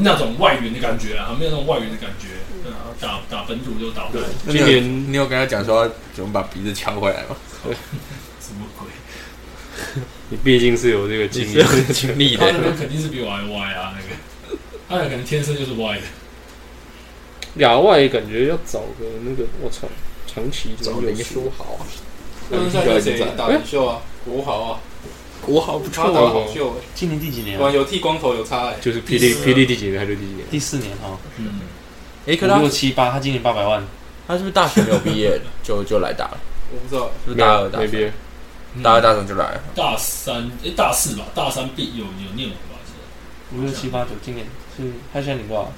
那种外援的感觉啊，没有那种外援的感觉，对啊，打打本土就打不来，那你有今年你有跟他讲说怎么把鼻子敲回来吗？什么鬼？你毕竟是有这个经你是验，有经历他的那，个肯定是比我还歪啊，那个，他那个可能天生就是歪的，亚外感觉要找个那个，我操，长期怎找么有嗯林书豪啊，那现在跟谁打领袖啊？国豪啊，国豪不他打错得啊，好秀欸，今年第几年哇，啊？有剃光头有差哎。就是霹雳第四啊霹雳第几年还是第几年？第四年哈，嗯，五诶，哎可他六七八，他今年八百万，他是不是大学没有毕业就就来打了？我不知道， 是不是没大二有，大没毕三？业，大二大三就来了？大三诶大四吧，大三毕有有念完吧，我记得。五六七八九，今年是他现在领多少？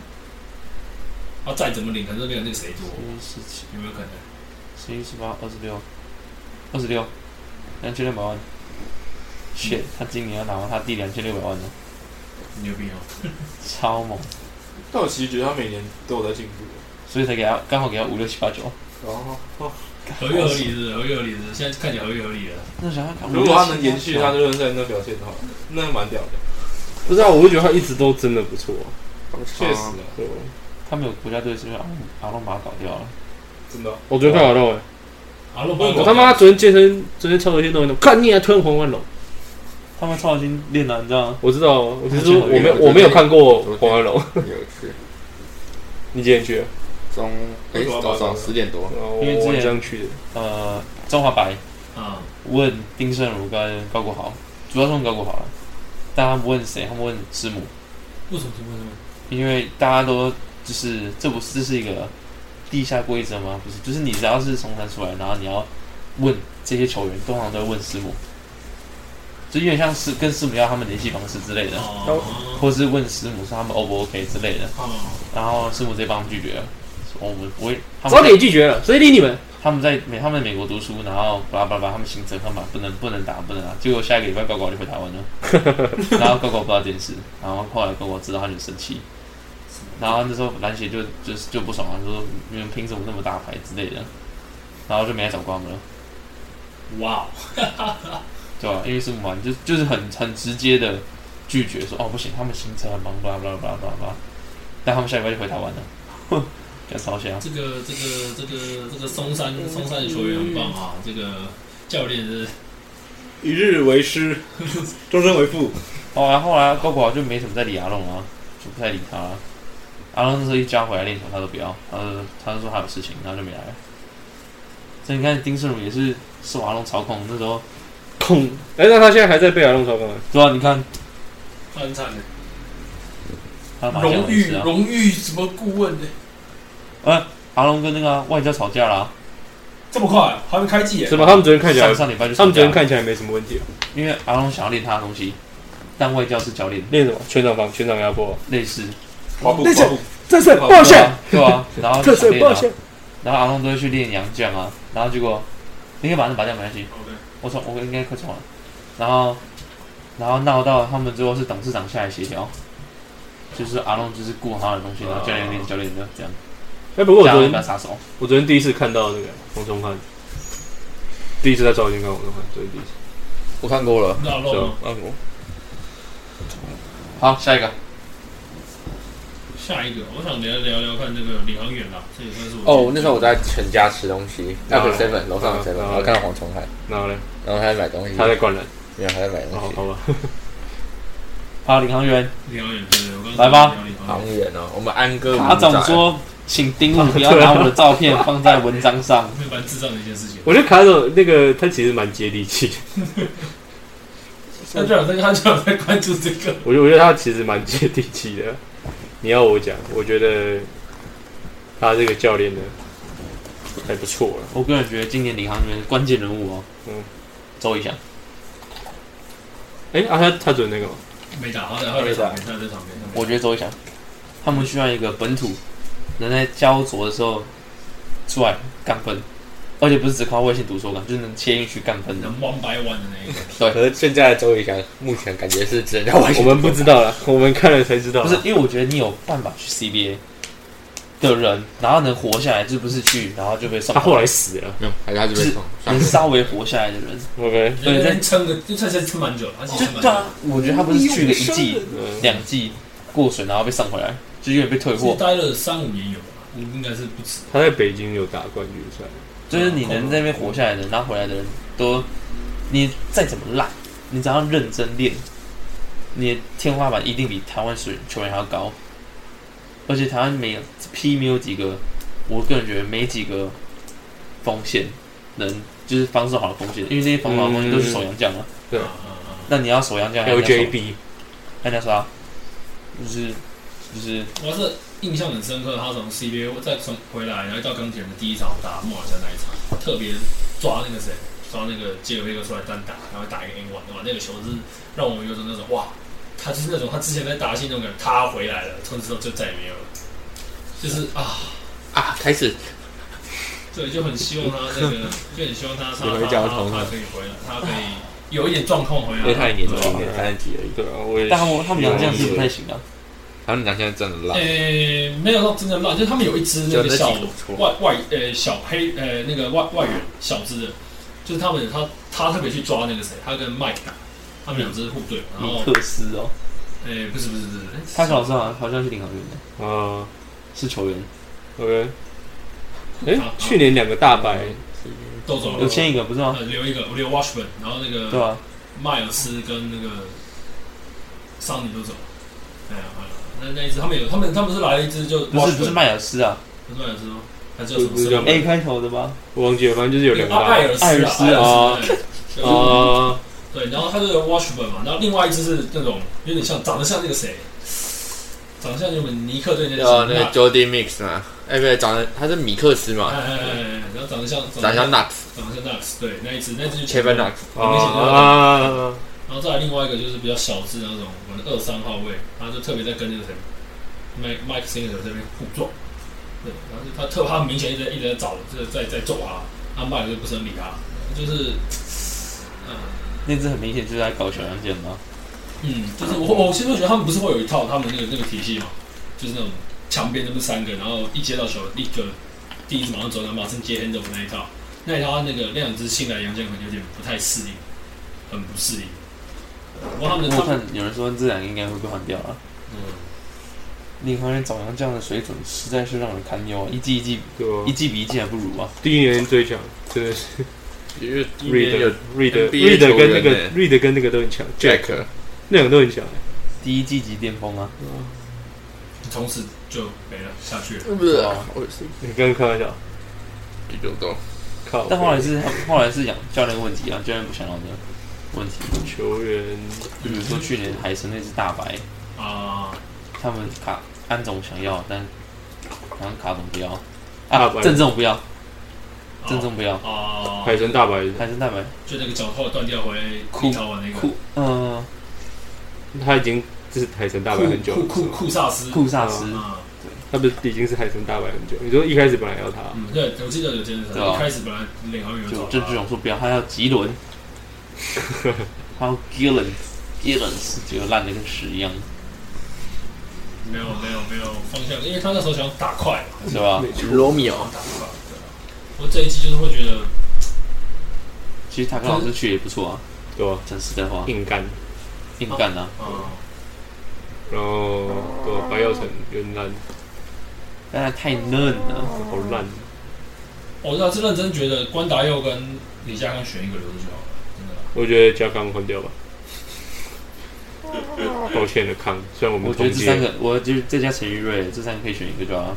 他再怎么领，可能都没有那个谁多，十七、有没有可能？十一、十八、二十六，二十六，两千六百万。shit，他今年要拿到他第两千六百万了，牛逼哦！超猛！但我其实觉得他每年都有在进步。所以才给他刚好给他五六七八九。然后，哦合约合理是不是合约合理是不是，现在看起来合约合理了。那想想，如果他能延续他热身赛那表现的话，那蛮屌的。不知道，我就觉得他一直都真的不错、啊，哦确实啊，对吧他没有国家队，是不是阿隆阿隆把他搞掉了？真的啊。我昨天看好到哎、阿洛帮我他妈昨天健身，昨天超级运动运动，看你还吞黄万龙，他们超新练了，你知道吗？我知道，啊我只是说我没有我没有看过黄万龙，有去你几点去啊？哦中诶，早上十点多，我因为之前晚上去的，呃，中华白啊，问丁胜儒跟高国豪，主要是问高国豪了，但他们不问谁，他们问师母，为什么为什么？因为大家都就是这不是这是一个地下规则吗？不是，就是你只要是从山出来，然后你要问这些球员，通常都会问师母，就有点像是跟师母要他们联系方式之类的，哦，或是问师母说他们 O 不 OK 之类的，哦，然后师母直接帮他们拒绝了，说我们不会，他们早点拒绝了，谁理你们？他们在美他们在美国读书，然后巴拉巴拉巴拉，他们行程看法不能不能打不能打，结果下一个礼拜高高就回台湾了，然后高高不知道这件事，然后后来高高知道他就生气，然后那时候篮协就就是就不爽了，就说你们凭什么那么大牌之类的，然后就没来找过他们了，哇哦，对吧、因为是嘛，就就是很很直接的拒绝说哦不行，他们行程很忙，巴拉巴拉巴拉巴拉巴拉，但他们下礼拜就回台湾了， 这样超香。这个这个这个这个松山松山的球员很棒啊，这个教练是一日 为师，终身为父。后来哦后来高国豪就没什么再理阿龙了，就不太理他了。阿龙那时候一加回来练球，他都不要，他就他就说他有事情，然后就没来了。所以你看丁胜儒也是受阿龙操控，那时候控，哎、那他现在还在被亚龙操控啊？对啊，你看翻惨的他的麻将荣也誉是啊，荣誉什么顾问呢？阿龙跟那个啊外交吵架啦、这么快啊还没开季耶？什么？他们昨天看起来上，上礼拜就他吵们架昨天了，看起来没什么问题啊？因为阿龙想要练他的东西，但外交是教练练什么？全场防，全场压迫啊，类似，滑步，那是滑步，这是抱对啊，对啊，然后就想练、啊，歉，然后阿龙都会去练洋将啊，然后结果你可以把那把将没关系， OK，我从我应该快从了，然后然后闹到他们最后是董事长下来协调，就是阿龙就是顾好他的东西，然后教练练教练的这样，哎、不过我教昨练不要天撒手，我昨天第一次看到那个黄宗汉，第一次在照镜看黄宗汉，昨天第一次。我看过了，那是喽吧，看过。好，下一个，下一个我想聊聊聊看这个领航员啦，这也算是我哦，那时候我在全家吃东西，Apple Seven 楼上的 Seven，然后看到黄崇汉，然后呢，然啊后他在哦买东西，他在灌篮，没有他在买好东西。好吧，好，领航员领航员对对，我刚来吧聊领航航员员哦，我们安哥卡总总 说，请丁 武不要拿我的照 片放在文章上，那蛮智障的一件事情。我觉得卡总那个他其实蛮接地气的，他就有在，他就有在关注这个。我觉得我觉得他其实蛮接地气的。你要我讲，我觉得他这个教练呢还不错啊了。我个人觉得今年领航员的关键人物哦，嗯，周一翔，哎、啊他他准那个吗？没打，好歹还有一场没，还有一场没。我觉得周一翔，他们需要一个本土能在焦灼的时候出来干分，而且不是只靠外线读手感，就是能切进去干分的。能 one by one 的那一个，可是现在的周瑜翔目前感觉是哎只能在 外我线们不知道了，我们看了才知道不啦。是，因为我觉得你有办法去 CBA，的人，然后能活下来，这不是去，然后就被上他后来死了。 没有，还是他就被捅。能稍微活下来的人， OK，对，对那在边撑个，就撑撑撑蛮久的，他其实撑蛮对久啊的，，我觉得他不是去个一季、嗯，两季过水，然后被上回来，就永远被退其实货。待了三五年有吧，应该是不止。他在北京有打冠军赛，就是你能在那边活下来的人，拉回来的人都，你再怎么烂，你只要认真练，你的天花板一定比台湾水球员还要高。而且台湾没有 P 没有几个，我个人觉得没几个锋线能就是防守好的锋线，因为那些防守好的锋线都是守洋将啊。对啊啊啊那你要守洋将，还有 LJB 那叫啥？就是就是我是印象很深刻，他从 CBA 再从回来，然后到钢铁人的第一场打莫尔森那一场，特别抓那个谁，抓那个杰维克出来单打，然后打一个 N 1哇，那个球是让我们有种那种哇，他就是那种他之前在达西那种感觉，他回来了，从此之后就再也没有了，就是啊，啊，开始对，就很希望他那个，就很希望他他有没有他脚他痛啊他可以回来，他可以有一点状况回来，因为他也年轻对吧一点，三十几而已。对啊，我也但他们他们洋将是不太行的、他们俩现在真的烂，诶、呃没有到真的烂，就是他们有一支那就那个几小个不错外外呃小黑呃那个外外援小支的，就是他们他他特别去抓那个谁，他跟麦克打，他们两支互对嘛，然米后克斯哦，诶、不是不是不是，哎诶他小时候好像好像是领航员的，啊是球员。 ，OK，哎啊，去年两个大白都走有了，签一个不是吗？呃留一个留 Washburn，然后那对啊个吧？迈尔斯跟那个桑尼都走了，哎呀、哎呀那那一支他们有他们他们是来了一支就不是不是 Washburn，迈尔斯啊不是迈尔斯吗？还是有什么不是叫声音？ ，A 开头的吧？我忘记了，反正就是有两个啊大白艾尔斯艾尔啊斯艾啊尔斯，对对啊，对，然后它是 Watchman 嘛，然后另外一只是那种有点像长得像那个谁，长得像我们尼克队那只呃，那个 Jody Mix 嘛，哎，不对，长得他是米克斯哎嘛，哎哎哎，然后长得像长得像那 Knox 长得像 Nux，对，那一只那一只就 Kevin 了。 Knox，啊啊，然后再来另外一个就是比较小只的那种，我们的二三号位，他就特别在跟那个谁，Mike Mike Singer 这边互撞，对，然后就他特他明显一直在一直在找，就是在在揍他，他麦就不是很理他，就是，嗯。那只很明显就是在搞小洋剑嘛。嗯，就是我我其实我觉得他们不是会有一套他们那个那个体系嘛，就是那种墙边那么三个，然后一接到球立刻第一次马上走，然后马上接 handoff 那一套，那一套那个那两只新来的洋将可能有点不太适应，很不适应。不过他们的我他们看有人说这两个应该会被换掉了。嗯，另一方面，找洋将的水准实在是让人堪忧啊，一季一季对一吧？季比一季还不如啊。第一年最强，真的是因为一边有 Reed Reed Reed NBA 跟那球个员 Reed 跟那个都很强 Jack，那两个都很强，第一季即巅峰啊，从此就没了下去了。不是，哦我是你刚刚开玩笑，第九个，靠，但后来是后来是养教练问题啊，教练不想要的问题。球员就比如说去年海神那只大白，啊、他们卡安总想要，但好像卡总不要大啊白，郑重不要，哦郑重不要，啊、海神大白，海神大白就那个脚后断掉回库立陶宛那个库嗯他已经就是海神大白很久 库了，库库萨斯库萨斯。啊。他不是已经是海神大白很久？你说一开始本来要他，嗯，对，我记得有健身对啊一开始本来领航员有就找郑志勇说不要，他要吉伦，他要 Gillen，Gillen 结果烂的跟屎一样，没有没有没有方向，因为他那时候想打快嘛，是吧？罗密欧想，打快。对啊我这一季就是会觉得，其实他跟老师去也不错啊，对吧？讲实在话，硬干，硬干啊。啊，然后对吧？白耀城有点烂，但他太嫩了，好烂，我倒是认真觉得关达佑跟李佳康选一个留着就好了，真的啦。我觉得加康换 掉吧。抱歉了，康，虽然我们我觉得同这三届，个，我就是再加陈玉瑞，这三个可以选一个就好了。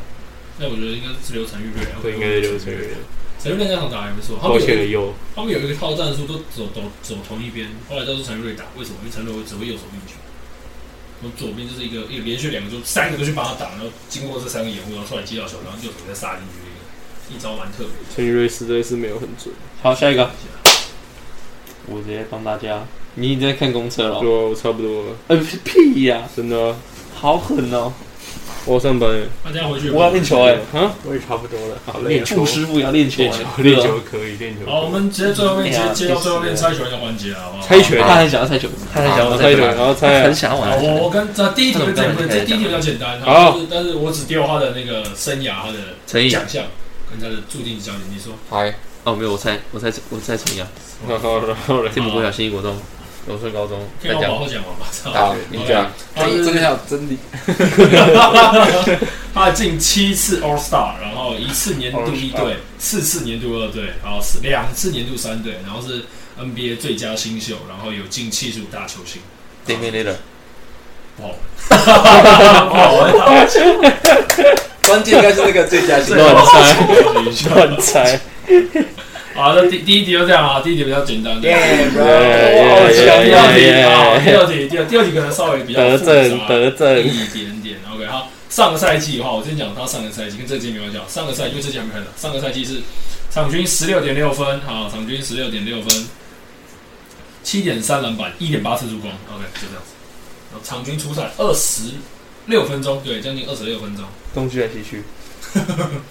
那我觉得应该是刘成玉瑞啊，这应该是刘成宇。陈玉瑞那场打得还不错，他抱们歉有了，一又他们有一个套战术都走走走同一边，后来都是陈玉瑞打，为什么？因为陈玉瑞只会右手运球，我左边就是一个一个连续两个就三个都去帮他挡，然后经过这三个掩护，然后出来接到球，然后右手再杀进去一个，一招蛮特别的。陈宇瑞实在是没有很准，好，下一个，我直接帮大家。你已经在看公车了对哦？啊，我差不多了，呃，屁呀、真的啊好狠哦！我要上班耶，大家回去。我要练球哎、欸，啊，我也差不多了，好练球布师傅也要练球、欸，哦练球可以，练球可以。好，我们直接最后面直接接到最后面猜拳的环节了，好不好？猜拳，他很想要猜球，他很想然要后猜猜球拳，，然后猜很啊，想要好，玩。我我跟这第一题跟这一题，这第一题比较简单，好就是但是我只丢他的那个生涯，他的陈毅奖项跟他的注定奖你说嗨，哦，没有，我猜我猜我猜陈毅啊，然后然后嘞，天母国小、新一国中、龙顺高中，天再王讲保后奖嘛，我操！好，你讲，他真是真的要有真理。他进七次 All Star，然后一次年度一队，四次年度二队，然后是两次年度三队，然后是 NBA 最佳新秀，然后有进七十五大球星。 Damian l i l l a 不好玩，不好玩，关键应该是那个最佳新秀。乱猜，乱猜，好，那第第一题就这样啊，第一题比较简单。第二 Yeah, 耶 bro 耶哇好强耶题啊！啊，耶第二题，第二第二题可能稍微比较得复杂正得正，一点点。OK，好，哦上个赛季的话，我先讲他上个赛季跟这季没关系啊。上个赛季因为这季还没开始，上个赛季是场均十六点六分，好，场均十六点六分，七点三篮板，一点八次助攻。OK，就这样子。然后场均出赛二十六分钟，对，将近二十六分钟，东区还是西区？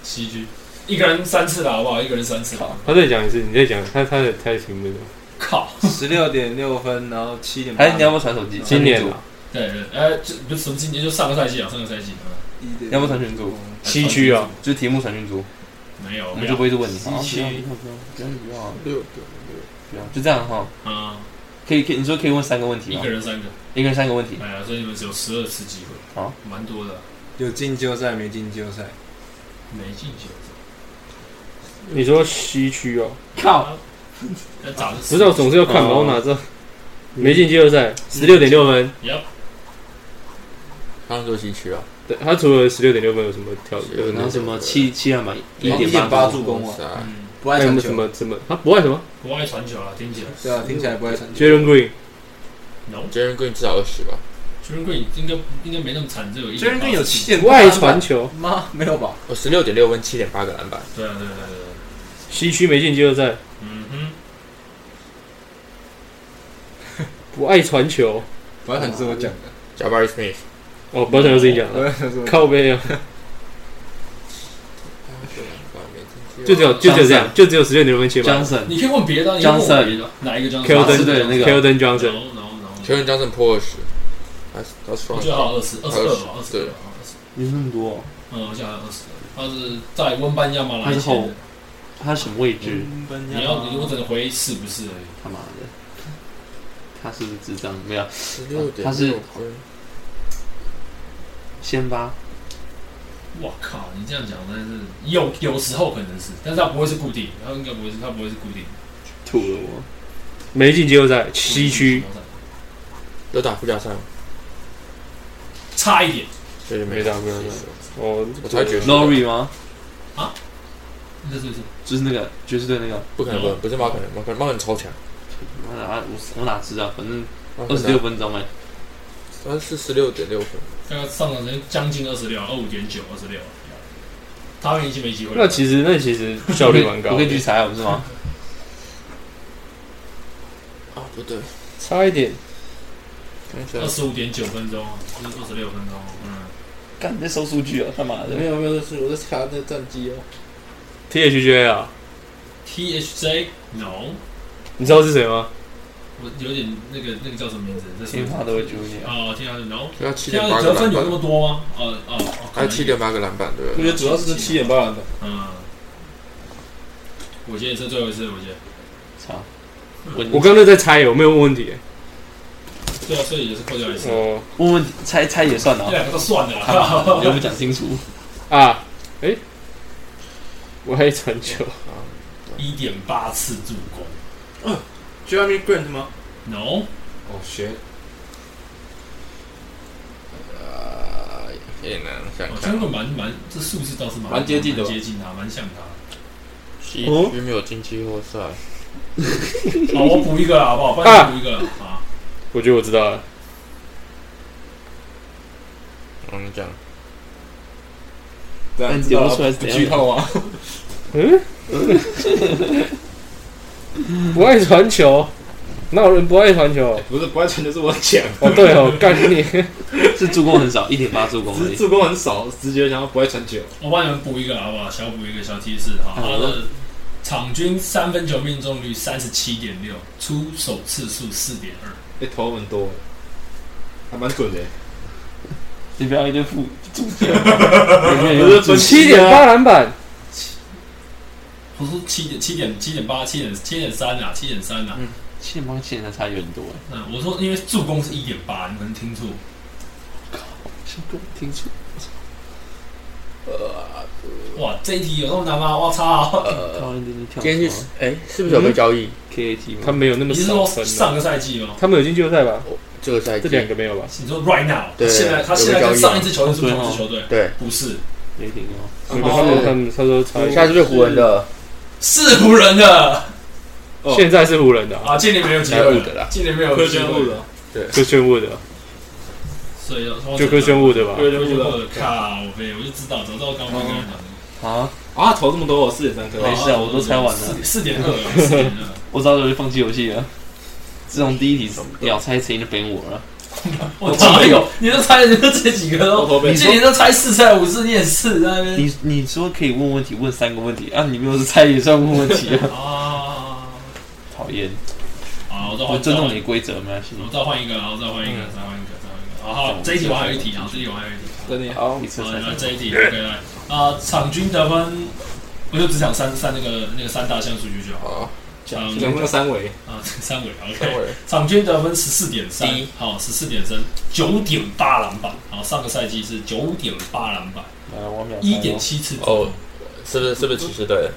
西区一个人三次啦，好不好？一个人三次。他再讲一次，你再讲，他他的啊猜行不行？靠，十六点六分，然后七点八，还是你要不要传手机？今年传群组啊对对，呃，这不是什么今年，就上个赛季啊，上个赛季。嗯一点要不要传群组？西区啊，就是题目传群组，没有，我没们就有不会一直问你。西好区不要不要不要不要六个不要，就这样哈。啊，可以可以，你说可以问三个问题一吗个？人三个。一个人三个问题。哎呀，所以你们只有十二次机会，好，蛮多的，有进季后赛没进季后赛？没进球。你说西区哦，靠，那早就不知道总是要看吧，哦我哪知道？没进季后赛，十六点六分。刚刚说西区啊，对他除了十六点六分有什么条件？有那什么七七篮板一一点点八八助助攻，攻啊，啊，嗯，不还爱有传没有什球，么什么？啊他不爱什么不爱传球了，听起来。对啊，听起来不爱传球。 ？Jalen Green， No，杰伦 Green 至少二十吧，杰伦贵应该应该没那么惨，只有一。 Jalen Green 有七点不爱传球，吗？没有吧？哦我十六点六分，七点八个篮板，对啊，对对对对，西区没进季后赛，嗯哼，不爱传球。不爱传是我讲的， j a b a r i Smith，哦， 不要想到自己讲不的，爱传是我讲的。靠背啊，啊就只有就只有这样，就只有十六点六分切吧。 Johnson 你可以问别的啊，你可以问我 Johnson 别的，哪一个 Johnson？ Keldon 是对那个 Keldon No Johnson， No No，球员 Johnson 破二十，That's That's 我记得还 wrong，有二十，二十二吧，二十对二，二十。有那么多，嗯，我记得还有二十，他是在温班亚马来他是前后的。他什么位置？你要你我只能回是不是而已。他妈的，他是不是智障？没有，十六点他是六分，先发我靠，你这样讲真的是有有时候可能是，但是他不会是固定，他应该不会是，他不会是固定。吐了我。没进季后赛，西区有打附加赛吗？差一点，对对，没打附加赛哦，我才觉得 Lori 吗？这是不是？就是那个爵士队那个，不可能，不可能，不是马可能，马可能马可能超强，妈的，啊我我哪知道？反正马哦可二能十六分钟哎，他是十六点六分，大概上场时间将近二十六，二五点九，二十六。他们已经没机会了。那其实那其实效率蛮 高我可以去的，猜，不是吗？啊不对，差一点。二十五点九分钟，就是二十六分钟。嗯，干你在收数据啊，干嘛的？有没有，是我在查那战绩啊哦， THJ 啊， THJ no，你知道是谁吗？我有点那个那个叫什么名字？这是先发都会 j u n i 啊，天啊，no。他七天点啊，八得个分有篮那么板，多吗？哦哦哦，可他能七点八个篮板，对不我对？觉得主要是这七点八篮板，嗯。我今天是最后一次，我今天。操！我刚刚在猜，我没有问问题。对啊，所以也是扣掉一次，哦问问猜猜也算 这啊，两个都算了啦。你又不讲清楚，啊，哎，我还传球。 一点八次助攻嗯 Jeremy Grant 吗？ ，no，哦，学啊，有点难想我觉看得，蛮蛮哦这数字倒是蛮蛮接近的吧蛮接近他，蛮像啊他。西区没有进季后赛，好，我补一个啦，好不好？帮你补一个啦啊，我觉得我知道了，我跟你讲，这样但知道流啊出来是不怎剧样？透啊？不爱传球，哪有人不爱传球？ 不是，关键就是我讲，哦，对哦，干你！是助攻很少，一点八助攻而只是已。助攻很少，直觉想要不会传球。我帮你们补一个好不好？小补一个小提示哈，他的场均三分球命中率三十七点六，出手次数四点二。哎、投很多，还蛮准的。你不要一堆负助教，不是分啊七点八篮板，我说七点七点七点八七点七点三啊，七点三啊。七点八七点差有点多欸哎，嗯，我说因为助攻是一点八，你们听错。小哥听错，哇，这一题有那么难吗？我操！高一点点跳今天去槽哎、是不是有被交易？ KAT 吗？他没有那么你是少说分啊。上个赛季吗？他们有进季后赛吧？这个赛这两季个没有吧？你说 right now，对现在他有个现在交跟易上一支球队是不是同一支哦球队？对，不是，雷霆哦，他好们他们他说差不多下次被湖人的是湖人的哦现在是湖人的啊，啊，今年没有机来会误的啦今年没有科机圈会误，了，科宣沃的，所以就科宣沃的吧？科圈误了我靠，我就知道，早知道刚刚跟他讲。啊，啊！投这么多，四点三颗，没事啊我都猜完了四四点 二，四点二。我早就放弃游戏了。自从第一题嗯秒猜谁就扁我了，我操！有，你都猜的就这几个我投喽，被你今年都猜四猜五次，你也是在那边你你说可以问问题，问三个问题啊，你没有是猜也算问问题 啊，啊讨厌，啊！我再我换，尊重你的规则，没关系。我再换一个，然后再换一个，嗯再换一个，再换一个。好好，这一题我还有一题，好，这一题我还有一题。真的好，你好，猜来猜这一题，OK，来，啊，场均得分，我就只讲三三那个那个三大项数据就好。啊，嗯，两个三维，啊， 三个人三，OK，位场均得分十四点三低，好，十四点三，九点八篮板，好，上个赛季是九点八篮板，啊来我秒一点七次助攻哦，是不是是不是骑士队的？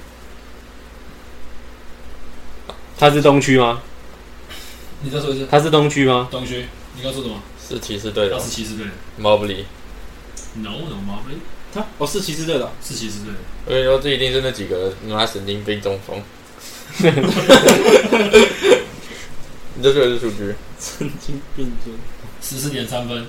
他是东区吗？你再说一次，他是东区吗？东区，你刚说什么？是骑士队他的是骑士队的 Mobley。 ，no no 吗？不是，他哦是骑士队的啊，是骑士队的，我跟你说，这一定是那几个拿神经病中风。 你这就是数据，神经嗯病真。十四点三分，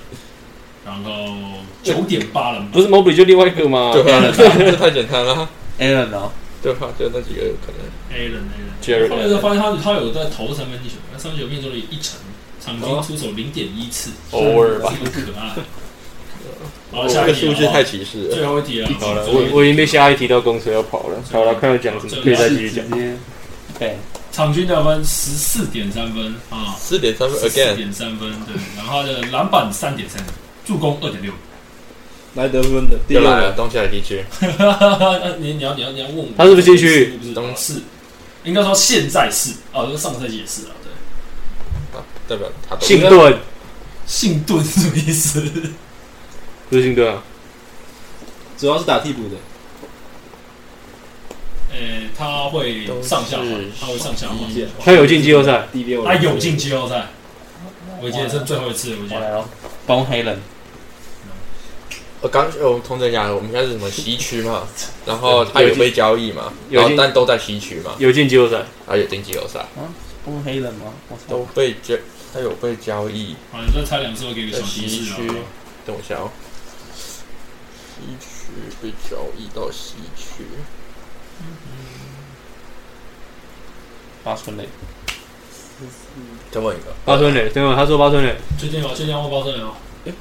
然后九点八篮不板，是 Mobley 就另外一个吗对啊，这太简单了， Alan 啊哦，对吧？就那几个有可能。 A 人 A Jared 人，后来就发现他他有在投三分球，那三分球命中率一成，场均出手零点一次，偶尔吧这么可爱。好，这下一个题数好字不好太歧视了。最后一题啊，好了，最后一我题我已经被下一提到公车要跑了。好了，看要讲什么，可以再继续讲。接，对，场均得分十四点三分啊，四点三分十四 again，点三分，对，然后他的篮板三点三，助攻二点六。 来得分的第又六来了，个，东西来地区。你你要你要你要问我，他是不是禁区不是当然是，应该说现在是哦，就是上个赛季也是啊，对。代表他都信顿姓顿是什么意思？不是信顿啊，主要是打替补的， 呃，他会上下滑都是，他会上下滑。意见他有进季后赛，第六个他啊有进季后赛，我记得是最后一次，我记得我来哦，帮 Alan，我刚我同城讲，我们现在是什么西区嘛，然后他有被交易嘛，有然后进但都在西区嘛，有进季后赛，他有进季后赛，帮 Alan 吗？我都操，被交，他有被交易。啊，你再猜两次，我给你个小提西示啊区。，等我一下哦。西区被交易到西区，八村垒，再问一个，八村垒，对吗？他说八村垒，确定吗？确定要包证哦。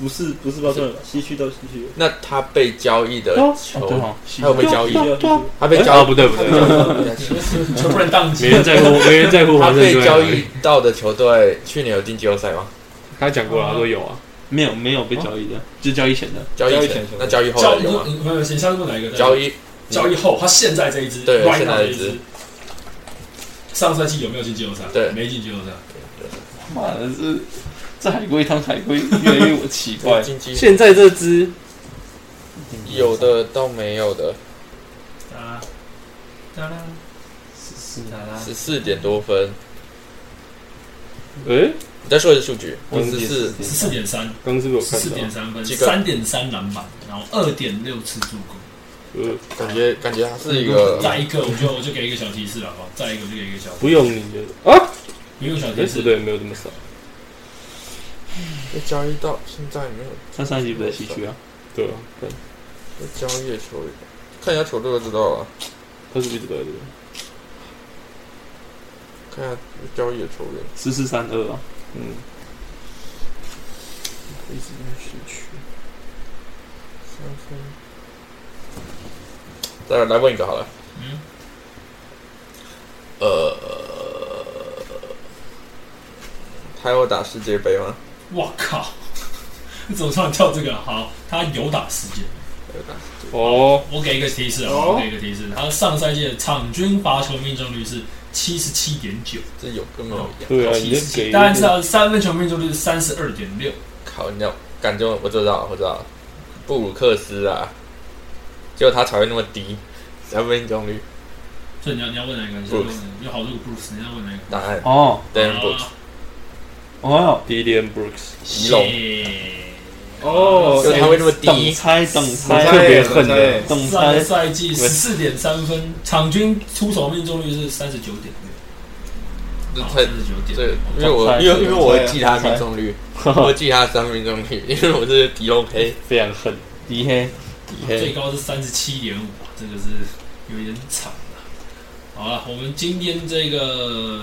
不是不是包括西区到西区，那他被交易的哦哦对球，哦，他有被交易第，六个他被啊交不对不对，全部人宕没机。人在乎，没人在乎 华他盛被顿交啊。易到的球队，去年有进季后赛吗？他讲过了，他说有啊，没有没有被交易的，就交易前的，交交易易前前，那交易后交的易有就吗？嗯没有，先下次问哪一个？交易交易后，他现在这一支，对 right 现 now 在这这一支支。上赛季有没有进季后赛？对没进季后赛。妈的是这海龟汤海龟越来越我奇怪，进季现在这支有的到没有的，啊，当然是是啦十四点多分。诶，你再说一次数据，忘十记四十四点三，刚是不是十有四看点到？三分，啊几个三点三篮板，然后二点六次助攻。呃，感觉感觉他嗯是一个再一个，我就我就给一个小提示好不好？再一个，我就给一个小，不用你的啊，不用小诶提不示。对，没有这么少，被交易到现在没有他上一集不在西区啊，对啊，看被交易的球员，看一下球队就知道了。他是不是一直都在这个？看一下交易的球员，四四三二啊，嗯，一直在学区。三分，再来问一个好了，嗯，呃，他有打世界杯吗？我靠！你怎么突然跳这个啊？好，他有打世界杯。有打世界杯。哦，我给一个提示啊，哦我给一个提示，他上赛季的场均罚球命中率是七十七点九，这有跟没有一样？对啊，七你十是七，给大家知道三分球命中率是三十二点六，靠，你要哦感觉我知道，我知道了，布鲁克斯啊，结果他才会那么低，三分中率所以你要你要问哪一个？你要问哪一个有好多个 Bruce，你要问哪一个？啊答案哦 d a n b o o k 哦， d d n Brooks，仪容哦就他会那么等低，猜等我猜特别恨的，等上个猜，赛季十四点三分，场均出手命中率是三十九点六，这好，太三十九点这六个，因为我因为因为我会记他猜命中率，我 会记他三分中率，因为我是迪龙 K 非常恨。底黑底最黑，高是三十七点五，这个是有点惨了。好了，我们今天这个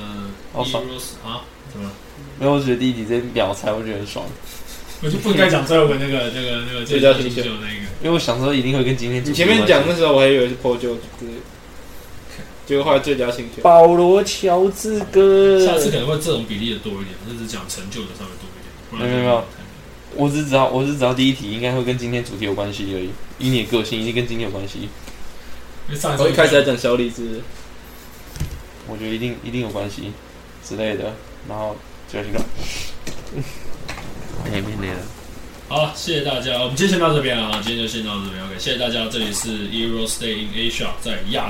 好爽 Heroes 啊，怎么了？没有，我觉得第一题这秒猜，我觉得很爽，我就不应该讲最后一个那 个那个那个最佳新秀秀那个。因为我想说一定会跟今天你前面讲那时候我还以为是 Paul George，之类的结果后来最佳新秀。保罗乔治哥，下次可能会这种比例的多一点，就是讲成就的稍微多一点，不然没有没有我只知道，我只知道第一题应该会跟今天主题有关系而已。以你的个性，一定跟今天有关系。因为上一次我一开始在讲小李子，我觉得一定一定有关系之类的。然后就是哎，没得了。好了，谢谢大家，我们今天先到这边啊，今天就先到这边，OK，谢谢大家，这里是 Euro Stay in Asia，在亚